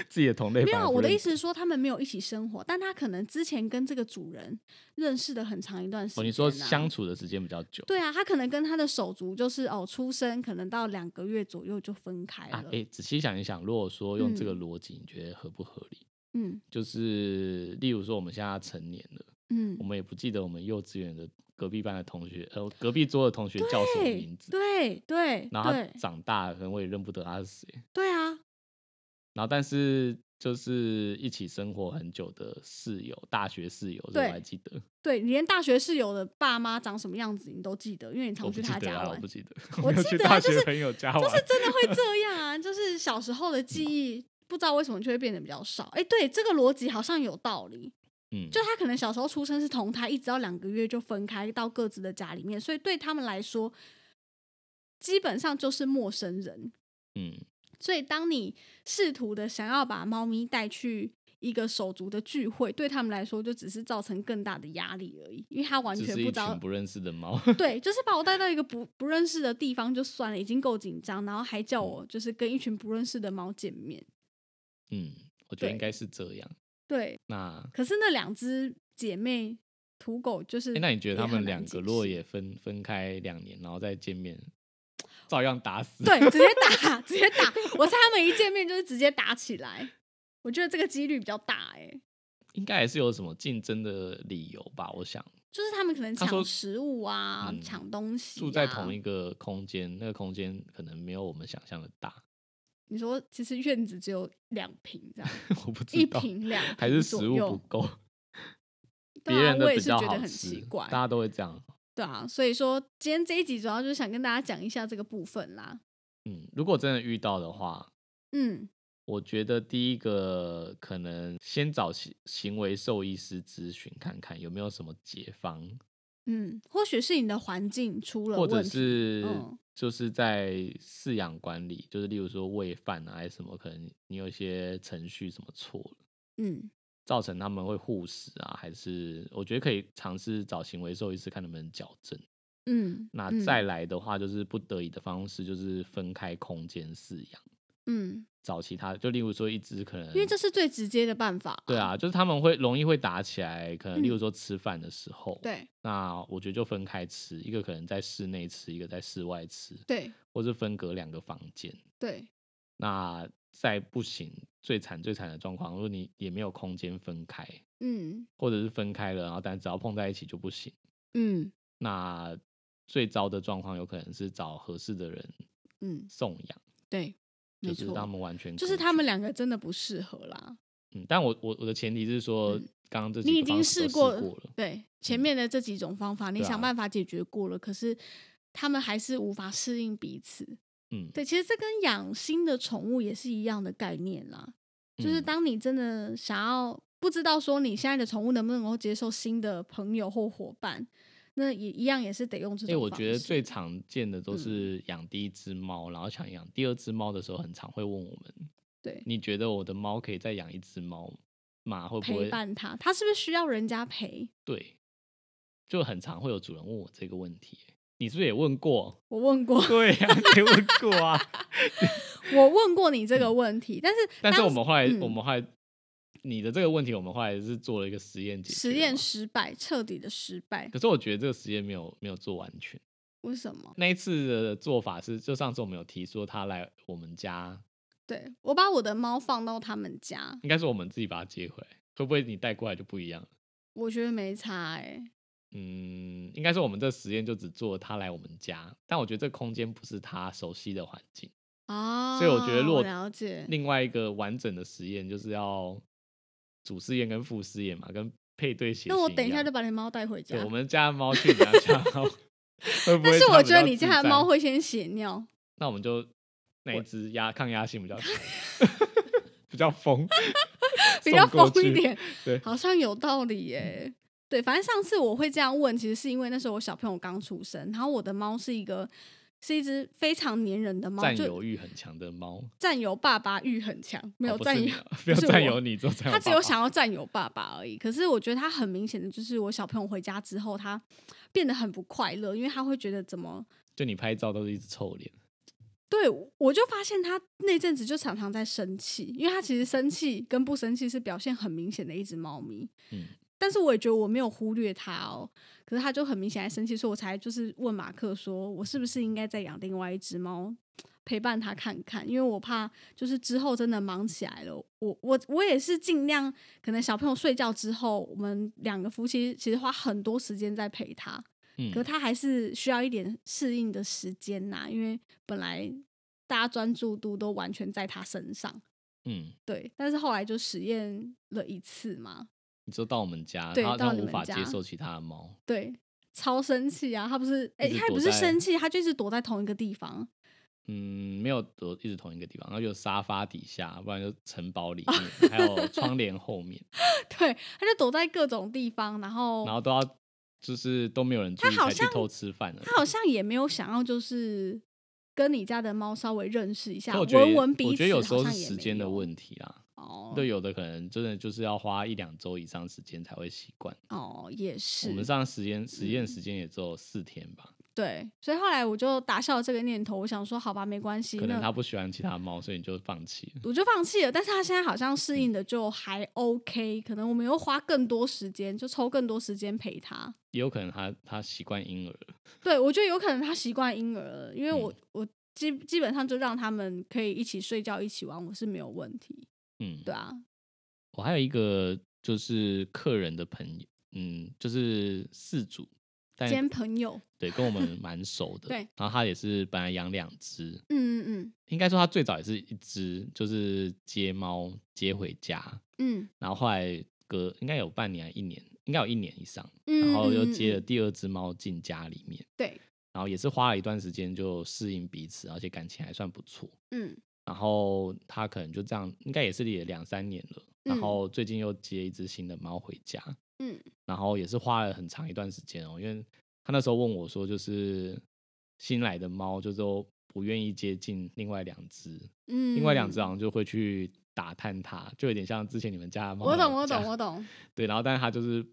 Speaker 2: 自己的同类
Speaker 1: 没
Speaker 2: 反而
Speaker 1: 有，
Speaker 2: 不
Speaker 1: 我的
Speaker 2: 认
Speaker 1: 意思
Speaker 2: 得
Speaker 1: 是说，他们没有一起生活，但他可能之前跟这个主人认识的很长一段时间、啊
Speaker 2: 哦，你说相？处的时间比较久
Speaker 1: 对啊，他可能跟他的手足就是哦，出生可能到两个月左右就分开
Speaker 2: 啊
Speaker 1: 了。？
Speaker 2: 哎，仔细想一想，如果说用这个
Speaker 1: 嗯
Speaker 2: 逻辑，你觉得合不合理？
Speaker 1: 嗯
Speaker 2: 就是例如说我们现在成年了，
Speaker 1: 嗯
Speaker 2: 我，们也不记得我们幼稚园的隔壁班的同学，呃，隔壁桌的同学叫什么
Speaker 1: 对
Speaker 2: 名字，
Speaker 1: 对对
Speaker 2: 然后他
Speaker 1: 对
Speaker 2: 长大了可能我也认不得他是谁，
Speaker 1: 对啊，
Speaker 2: 然后但是就是一起生活很久的室友，大学室友，这
Speaker 1: 对
Speaker 2: 我还记得，
Speaker 1: 对你连大学室友的爸妈长什么样子你都记得，因为你
Speaker 2: 我
Speaker 1: 常
Speaker 2: 不
Speaker 1: 去
Speaker 2: 记
Speaker 1: 他
Speaker 2: 得
Speaker 1: 家
Speaker 2: 啊，我
Speaker 1: 玩
Speaker 2: 不。记啊 得，
Speaker 1: 我
Speaker 2: 没有
Speaker 1: 记
Speaker 2: 去
Speaker 1: 得啊
Speaker 2: 大
Speaker 1: 就
Speaker 2: 学
Speaker 1: 是
Speaker 2: 朋友家玩，
Speaker 1: 就是真的会这样 啊，就是小时候的记
Speaker 2: 嗯
Speaker 1: 忆，不知道为什么就会变得比较少。哎，对，这个逻辑好像有道理。
Speaker 2: 嗯，
Speaker 1: 就他可能小时候出生是同胎，一直到两个月就分开到各自的家里面，所以对他们来说，基本上就是陌生人。
Speaker 2: 嗯，
Speaker 1: 所以当你试图的想要把猫咪带去一个手足的聚会，对他们来说就只是造成更大的压力而已，因为他完
Speaker 2: 只
Speaker 1: 全
Speaker 2: 是
Speaker 1: 不知
Speaker 2: 一
Speaker 1: 道
Speaker 2: 群不认识的猫，
Speaker 1: 对，就是把我带到一个不不认识的地方就算了，已经够紧张，然后还叫我就是跟一群不认识的猫见面。
Speaker 2: 嗯，我觉得应
Speaker 1: 对
Speaker 2: 该是这样。
Speaker 1: 对，
Speaker 2: 那
Speaker 1: 可是那两只姐妹土狗就是、
Speaker 2: 哎，那你觉得他们两个
Speaker 1: 个
Speaker 2: 如果也分分开两年，然后再见面，照样打 死？
Speaker 1: 对，直接打，直接打，我猜他们一见面就是直接打起来。我觉得这个几率比较大、欸，哎，
Speaker 2: 应该还是有什么竞争的理由吧？我想
Speaker 1: 就是他们可能
Speaker 2: 他说
Speaker 1: 抢食物啊
Speaker 2: 嗯，
Speaker 1: 抢东西、啊，
Speaker 2: 住在同一个空间，那个空间可能没有我们想象的大，
Speaker 1: 你说其实院子只有两瓶这样，
Speaker 2: 我不 知
Speaker 1: 一
Speaker 2: 道，
Speaker 1: 瓶两瓶
Speaker 2: 还是
Speaker 1: 左
Speaker 2: 食物不
Speaker 1: 右
Speaker 2: 够，
Speaker 1: 对
Speaker 2: 别人
Speaker 1: 啊
Speaker 2: 的
Speaker 1: 我也
Speaker 2: 比
Speaker 1: 是
Speaker 2: 较
Speaker 1: 觉得
Speaker 2: 好
Speaker 1: 很
Speaker 2: 吃
Speaker 1: 奇，怪
Speaker 2: 大，家都会这样。
Speaker 1: 对啊，所以说今天这一集主要就是想跟大家讲一下这个部分啦。
Speaker 2: 嗯，如果真的遇到的话，
Speaker 1: 嗯，
Speaker 2: 我觉得第一个可能先找行行为兽医师咨询看看有没有什么解方，
Speaker 1: 嗯，或许是你的环境出了
Speaker 2: 或
Speaker 1: 问题，
Speaker 2: 者是
Speaker 1: 嗯
Speaker 2: 就是在饲养管理，就是例如说喂饭啊还是什么，可能你有一些程序什么错了。
Speaker 1: 嗯
Speaker 2: 造成他们会护食啊，还是我觉得可以尝试找行为兽医师看能不能矫正。
Speaker 1: 嗯，
Speaker 2: 那
Speaker 1: 嗯
Speaker 2: 再来的话，就是不得已的方式，就是分开空间饲养，
Speaker 1: 嗯，
Speaker 2: 找其他，就例如说一只可能，
Speaker 1: 因为这是最直接的办法。
Speaker 2: 对，啊，就是他们会容易会打起来，可能例如
Speaker 1: 嗯
Speaker 2: 说吃饭的时候，
Speaker 1: 对
Speaker 2: 那我觉得就分开吃，一个可能在室内吃，一个在室外吃，
Speaker 1: 对
Speaker 2: 或是分隔两个房间。
Speaker 1: 对，
Speaker 2: 那再不行，最惨最惨的状况，如果你也没有空间分开，
Speaker 1: 嗯
Speaker 2: 或者是分开了，然后但只要碰在一起就不行。
Speaker 1: 嗯
Speaker 2: 那最糟的状况有可能是找合适的人
Speaker 1: 嗯，
Speaker 2: 送养，
Speaker 1: 对，
Speaker 2: 就
Speaker 1: 没
Speaker 2: 是让他
Speaker 1: 错，
Speaker 2: 们完全
Speaker 1: 就是
Speaker 2: 隔
Speaker 1: 他
Speaker 2: 绝
Speaker 1: 们。两个真的不适合啦。
Speaker 2: 嗯，但我我我的前提是说
Speaker 1: 嗯，
Speaker 2: 刚刚这几
Speaker 1: 你
Speaker 2: 个
Speaker 1: 已经
Speaker 2: 方式都
Speaker 1: 试
Speaker 2: 试
Speaker 1: 过
Speaker 2: 了，嗯
Speaker 1: 对，前面的这几种方法，你
Speaker 2: 对啊
Speaker 1: 想办法解决过了，可是他们还是无法适应彼此。
Speaker 2: 嗯，
Speaker 1: 对，其实这跟养新的宠物也是一样的概念啦。就是
Speaker 2: 嗯
Speaker 1: 当你真的想要不知道说你现在的宠物能不能够接受新的朋友或伙伴，那也一样也是得用这
Speaker 2: 因为
Speaker 1: 种
Speaker 2: 我
Speaker 1: 方式。嗯
Speaker 2: 觉得最常见的都是养第一只猫，然后想养第二只猫的时候，很常会问我们，
Speaker 1: 对
Speaker 2: 你觉得我的猫可以再养一只猫吗？会不
Speaker 1: 陪
Speaker 2: 会
Speaker 1: 伴它，它是不是需要人家陪？
Speaker 2: 对？就很常会有主人问我这个问题，你是不是也问过？
Speaker 1: 我问过，
Speaker 2: 对呀、啊，你也问过啊。
Speaker 1: 我问过你这个问题，但是
Speaker 2: 嗯但是
Speaker 1: 当
Speaker 2: 我们后来，
Speaker 1: 嗯
Speaker 2: 我们后来，你的这个问题，我们后来是做了一个实验解决
Speaker 1: 实验
Speaker 2: 嘛。
Speaker 1: 失败，彻底的失败。
Speaker 2: 可是我觉得这个实验没有没有做完全。
Speaker 1: 为什么？
Speaker 2: 那一次的做法是，就上次我们有提说他来我们家，
Speaker 1: 对我把我的猫放到他们家，
Speaker 2: 应该是我们自己把它接回来，会不会你带过来就不一样了？
Speaker 1: 我觉得没差哎、欸。
Speaker 2: 嗯，应该是我们这实验就只做他来我们家，但我觉得这空间不是他熟悉的环境，
Speaker 1: 啊，
Speaker 2: 所以我觉得如果
Speaker 1: 了解，
Speaker 2: 另外一个完整的实验就是要主试验跟副试验嘛，跟配对血型样。
Speaker 1: 那我等一下就把你猫带回家
Speaker 2: 对，我。们家的猫去你们 家的猫，会不会？
Speaker 1: 但是我觉得你家的猫，会先血尿，
Speaker 2: 那我 们就那一只压抗压性比较强，比较疯，
Speaker 1: 比较
Speaker 2: 送过
Speaker 1: 疯一
Speaker 2: 去。
Speaker 1: 点，
Speaker 2: 对
Speaker 1: 好像有道理耶、 对，反正上次我会这样问，其实是因为那时候我小朋友刚出生，然后我的猫是一个是一只非常粘人的猫，
Speaker 2: 占
Speaker 1: 就
Speaker 2: 有欲很强的猫，
Speaker 1: 占有爸爸欲很强，没有
Speaker 2: 哦不
Speaker 1: 占
Speaker 2: 是
Speaker 1: 有
Speaker 2: 你，啊 不要
Speaker 1: 是
Speaker 2: 占
Speaker 1: 我
Speaker 2: 有你，就占有
Speaker 1: 他只
Speaker 2: 爸
Speaker 1: 有
Speaker 2: 爸
Speaker 1: 想要占有爸爸而已。可是我觉得他很明显的就是，我小朋友回家之后，他变得很不快乐，因为他会觉得怎么
Speaker 2: 就你拍照都是一直臭脸，
Speaker 1: 对，我就发现他那阵子就常常在生气，因为他其实生气跟不生气是表现很明显的一只猫咪。
Speaker 2: 嗯
Speaker 1: 但是我也觉得我没有忽略它哦，可是它就很明显在生气，所以我才就是问马克说，我是不是应该再养另外一只猫陪伴它看看？因为我怕就是之后真的忙起来了，我我我也是尽量，可能小朋友睡觉之后，我们两个夫妻其实花很多时间在陪它，
Speaker 2: 嗯
Speaker 1: 可，他还是需要一点适应的时间呐、因为本来大家专注度都完全在他身上，
Speaker 2: 嗯，
Speaker 1: 对。但是后来就实验了一次嘛，
Speaker 2: 你就到我们家，
Speaker 1: 对
Speaker 2: 他
Speaker 1: 到
Speaker 2: 他
Speaker 1: 你
Speaker 2: 无
Speaker 1: 们
Speaker 2: 法
Speaker 1: 家
Speaker 2: 接受其他的猫，
Speaker 1: 对，超生气啊！他不是，哎、
Speaker 2: 嗯一直
Speaker 1: 他也
Speaker 2: 躲
Speaker 1: 不是
Speaker 2: 在
Speaker 1: 生气，他就一直躲在同一个地方，
Speaker 2: 嗯，没有都一直同一个地方，然后就沙发底下，不然就城堡里 面，还有窗帘后面，
Speaker 1: 对，他就躲在各种地方，然后
Speaker 2: 然后都要就是都没有人注意
Speaker 1: 哦好
Speaker 2: 才去
Speaker 1: 像
Speaker 2: 偷吃饭了。
Speaker 1: 他好像也没有想要就是。跟你家的猫稍微认识一下，
Speaker 2: 可我觉得
Speaker 1: 闻
Speaker 2: 也
Speaker 1: 闻彼此，
Speaker 2: 我觉得有时候
Speaker 1: 好
Speaker 2: 是
Speaker 1: 像也
Speaker 2: 时
Speaker 1: 没
Speaker 2: 间的
Speaker 1: 有
Speaker 2: 问题啦。
Speaker 1: 哦。
Speaker 2: 对，有的可能真的就是要花一两周以上时间才会习惯。
Speaker 1: 哦，也是。嗯
Speaker 2: 我们上实验实验时间也只有四天吧，
Speaker 1: 对，所以后来我就打消了这个念头，我想说，好吧，没关系，
Speaker 2: 可
Speaker 1: 那
Speaker 2: 能他不喜欢其他猫，所以你就放弃了。
Speaker 1: 我就放弃了。但是他现在好像
Speaker 2: 嗯
Speaker 1: 适应的就还 OK，可能我们又花更多时间，就抽更多时间陪他。
Speaker 2: 也有可能他他习惯婴儿了，
Speaker 1: 对我觉得有可能他习惯婴儿了，因为我、
Speaker 2: 嗯
Speaker 1: 我基基本上就让他们可以一起睡觉、一起玩，我是没有问题。
Speaker 2: 嗯，
Speaker 1: 对啊，
Speaker 2: 我还有一个就是客人的朋友，嗯，就是事主，但
Speaker 1: 兼朋友，
Speaker 2: 对，跟我们蛮熟的。
Speaker 1: 对，
Speaker 2: 然后他也是本来养两只，
Speaker 1: 嗯嗯
Speaker 2: 应该说他最早也是一只，就是接猫接回家，
Speaker 1: 嗯
Speaker 2: 然后后来隔应该有半年还一年，应该有一年以上，
Speaker 1: 嗯，
Speaker 2: 然后又
Speaker 1: 嗯
Speaker 2: 接了
Speaker 1: 嗯
Speaker 2: 第二只猫进家里面，
Speaker 1: 对，
Speaker 2: 然后也是花了一段时间就适应彼此，而且感情还算不错。
Speaker 1: 嗯
Speaker 2: 然后他可能就这样，应该也是也两三年了。然
Speaker 1: 嗯
Speaker 2: 后最近又接一只新的猫回家，
Speaker 1: 嗯
Speaker 2: 然后也是花了很长一段时间哦，因为他那时候问我说，就是新来的猫就都不愿意接近另外两只，
Speaker 1: 嗯，
Speaker 2: 另外两只好像就会去打探它，就有点像之前你们家的猫。
Speaker 1: 我懂我懂我。懂，
Speaker 2: 对，然后但是它就是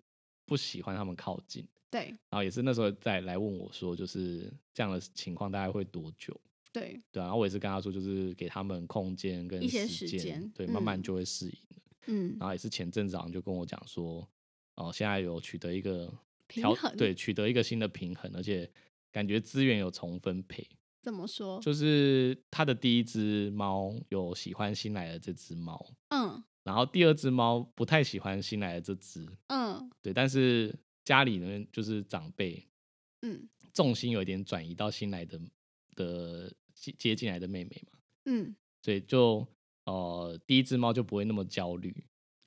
Speaker 2: 不喜欢它们靠近，
Speaker 1: 对
Speaker 2: 然后也是那时候再来问我说，就是这样的情况大概会多久？
Speaker 1: 对，
Speaker 2: 对啊、然后我也是跟他说，就是给他们空间跟
Speaker 1: 一些时
Speaker 2: 间，
Speaker 1: 间
Speaker 2: 对，慢慢
Speaker 1: 嗯
Speaker 2: 就会适应。
Speaker 1: 嗯
Speaker 2: 然后也是前阵子好像就跟我讲说，哦、现在有取得一个
Speaker 1: 平
Speaker 2: 调
Speaker 1: 衡
Speaker 2: 对，取得一个新的平衡，而且感觉资源有重分配，
Speaker 1: 怎么说？
Speaker 2: 就是他的第一只猫有喜欢新来的这只猫，
Speaker 1: 嗯
Speaker 2: 然后第二只猫不太喜欢新来的这只，
Speaker 1: 嗯
Speaker 2: 对，但是家里呢就是长辈
Speaker 1: 嗯
Speaker 2: 重心有一点转移到新来的的接接进来的妹妹嘛，
Speaker 1: 嗯
Speaker 2: 所以就呃第一只猫就不会那么焦虑，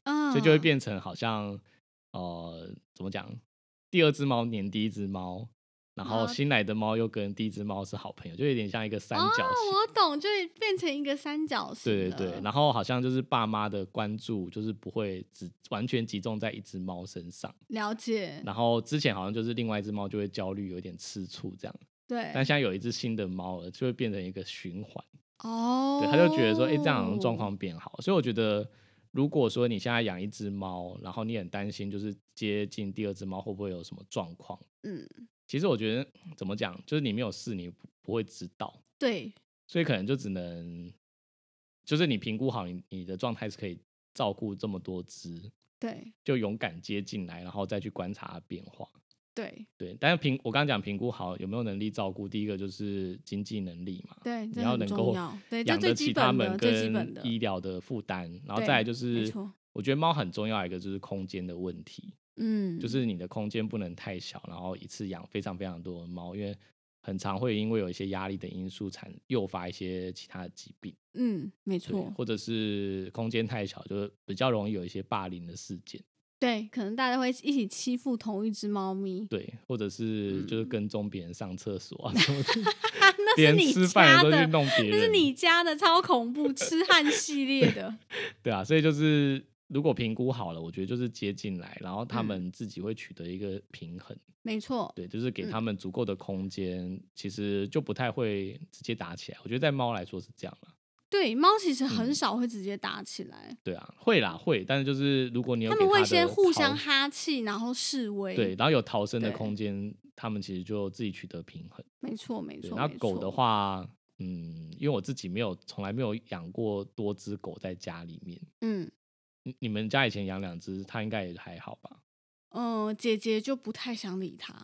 Speaker 1: 嗯，
Speaker 2: 所以就会变成好像呃，怎么讲？第二只猫黏第一只猫，然后
Speaker 1: 啊
Speaker 2: 新来的猫又跟第一只猫是好朋友，就有点像一个三角
Speaker 1: 哦，
Speaker 2: 形。
Speaker 1: 我懂，就变成一个三角形
Speaker 2: 对
Speaker 1: 了。
Speaker 2: 对对，然后好像就是爸妈的关注就是不会只完全集中在一只猫身上，
Speaker 1: 了解，
Speaker 2: 然后之前好像就是另外一只猫就会焦虑，有点吃醋这样，
Speaker 1: 对，
Speaker 2: 但现在有一只新的猫了，就会变成一个循环。
Speaker 1: 哦，
Speaker 2: 对，他就觉得说，哎、这样好像状况变好。所以我觉得，如果说你现在养一只猫，然后你很担心，就是接近第二只猫会不会有什么状况？
Speaker 1: 嗯，
Speaker 2: 其实我觉得怎么讲，就是你没有试，你不不会知道，
Speaker 1: 对，
Speaker 2: 所以可能就只能，就是你评估好你你的状态是可以照顾这么多只，
Speaker 1: 对，
Speaker 2: 就勇敢接进来，然后再去观察它变化。
Speaker 1: 对，
Speaker 2: 对，但是评我刚刚讲评估好有没有能力照顾，第一个就是经济能力嘛，
Speaker 1: 对，
Speaker 2: 你
Speaker 1: 这
Speaker 2: 要
Speaker 1: 很
Speaker 2: 能
Speaker 1: 重
Speaker 2: 够
Speaker 1: 要对，这
Speaker 2: 养得
Speaker 1: 最基
Speaker 2: 起它
Speaker 1: 本
Speaker 2: 们
Speaker 1: 的，最基
Speaker 2: 跟
Speaker 1: 本的，
Speaker 2: 医疗的负担，然后
Speaker 1: 对
Speaker 2: 再来就
Speaker 1: 没
Speaker 2: 是
Speaker 1: 错，
Speaker 2: 我觉得猫很重要一个就是空间的问题，
Speaker 1: 嗯，
Speaker 2: 就是你的空间不能太小，然后一次养非常非常多的猫，因为很常会因为有一些压力的因素产诱发一些其他的疾病，
Speaker 1: 嗯，没
Speaker 2: 对，
Speaker 1: 错，
Speaker 2: 或者是空间太小，就是比较容易有一些霸凌的事件，
Speaker 1: 对，可能大家会一起欺负同一只猫咪，
Speaker 2: 对，或者是就是跟踪别人上厕所啊什么的，
Speaker 1: 那
Speaker 2: 别
Speaker 1: 嗯是
Speaker 2: 人
Speaker 1: 你
Speaker 2: 吃
Speaker 1: 家
Speaker 2: 饭的时候
Speaker 1: 的
Speaker 2: 去，弄别人，
Speaker 1: 那是你家的，超恐怖， 痴汉系列的，
Speaker 2: 对啊，所以就是如果评估好了，我觉得就是接进来，然后他
Speaker 1: 嗯
Speaker 2: 们自己会取得一个平衡，
Speaker 1: 没错，
Speaker 2: 对，就是给
Speaker 1: 嗯
Speaker 2: 他们足够的空间，其实就不太会直接打起来。我觉得在猫来说是这样啦，
Speaker 1: 对，猫其实很
Speaker 2: 嗯
Speaker 1: 少会直接打起来，
Speaker 2: 对啊，会啦会，但是就是如果你有
Speaker 1: 它
Speaker 2: 给
Speaker 1: 们会
Speaker 2: 的
Speaker 1: 先互相
Speaker 2: 逃
Speaker 1: 哈气，然后示威，
Speaker 2: 对，，然后有逃生的
Speaker 1: 对
Speaker 2: 空间，他们其实就自己取得平衡。
Speaker 1: 没错，没
Speaker 2: 对，
Speaker 1: 错，
Speaker 2: 那
Speaker 1: 没
Speaker 2: 狗的
Speaker 1: 错，
Speaker 2: 话。嗯，因为我自己没有，从来没有养过多只狗在家里面。
Speaker 1: 嗯。
Speaker 2: 你你们家以前养两只，它应该也还好吧？
Speaker 1: 嗯，姐姐就不太想理他，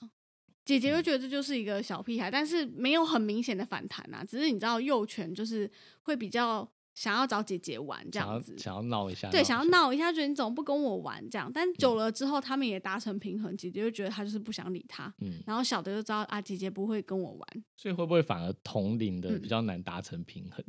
Speaker 1: 姐姐
Speaker 2: 嗯
Speaker 1: 就觉得这就是一个小屁孩，但是没有很明显的反弹啊，只是你知道幼犬就是会比较想要找姐姐玩这
Speaker 2: 想要
Speaker 1: 样子，
Speaker 2: 想要闹嗯一下，
Speaker 1: 对，想
Speaker 2: 一
Speaker 1: 要
Speaker 2: 下
Speaker 1: 闹一下，觉得你怎么不跟我玩这样，但久了之后他们也达成平衡，姐姐就觉得他就是不想理他，
Speaker 2: 嗯，
Speaker 1: 然后小的就知道啊，姐姐不会跟我玩，
Speaker 2: 所以会不会反而同龄的
Speaker 1: 嗯
Speaker 2: 比较难达成平衡？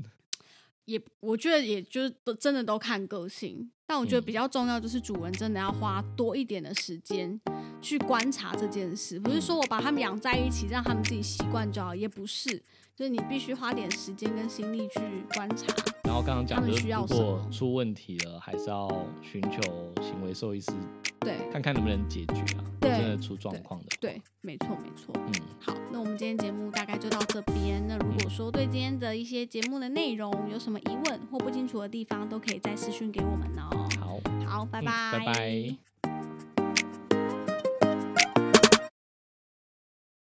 Speaker 1: 也我觉得也就是都真的都看个性，但我觉得
Speaker 2: 嗯
Speaker 1: 比较重要就是主人真的要花多一点的时间去观察这件事，不是说我把他们养在一起，让他们自己习惯就好，也不是，就是你必须花点时间跟心力去观察。
Speaker 2: 然后刚刚讲
Speaker 1: 他
Speaker 2: 就
Speaker 1: 们
Speaker 2: 是，
Speaker 1: 需要
Speaker 2: 如
Speaker 1: 什
Speaker 2: 果
Speaker 1: 么
Speaker 2: 出问题了，还是要寻求行为兽医师
Speaker 1: 对
Speaker 2: 看看能不能解决啊。如
Speaker 1: 对
Speaker 2: 果真的出状况的，
Speaker 1: 对，没错没错。
Speaker 2: 嗯，
Speaker 1: 好，那我们今天节目大概就到这边。那如果说对今天的一些节目的内容有什么疑问或不清楚的地方，都可以再私讯给我们哦。
Speaker 2: 好，
Speaker 1: 好，拜
Speaker 2: 嗯
Speaker 1: 拜，
Speaker 2: 拜拜。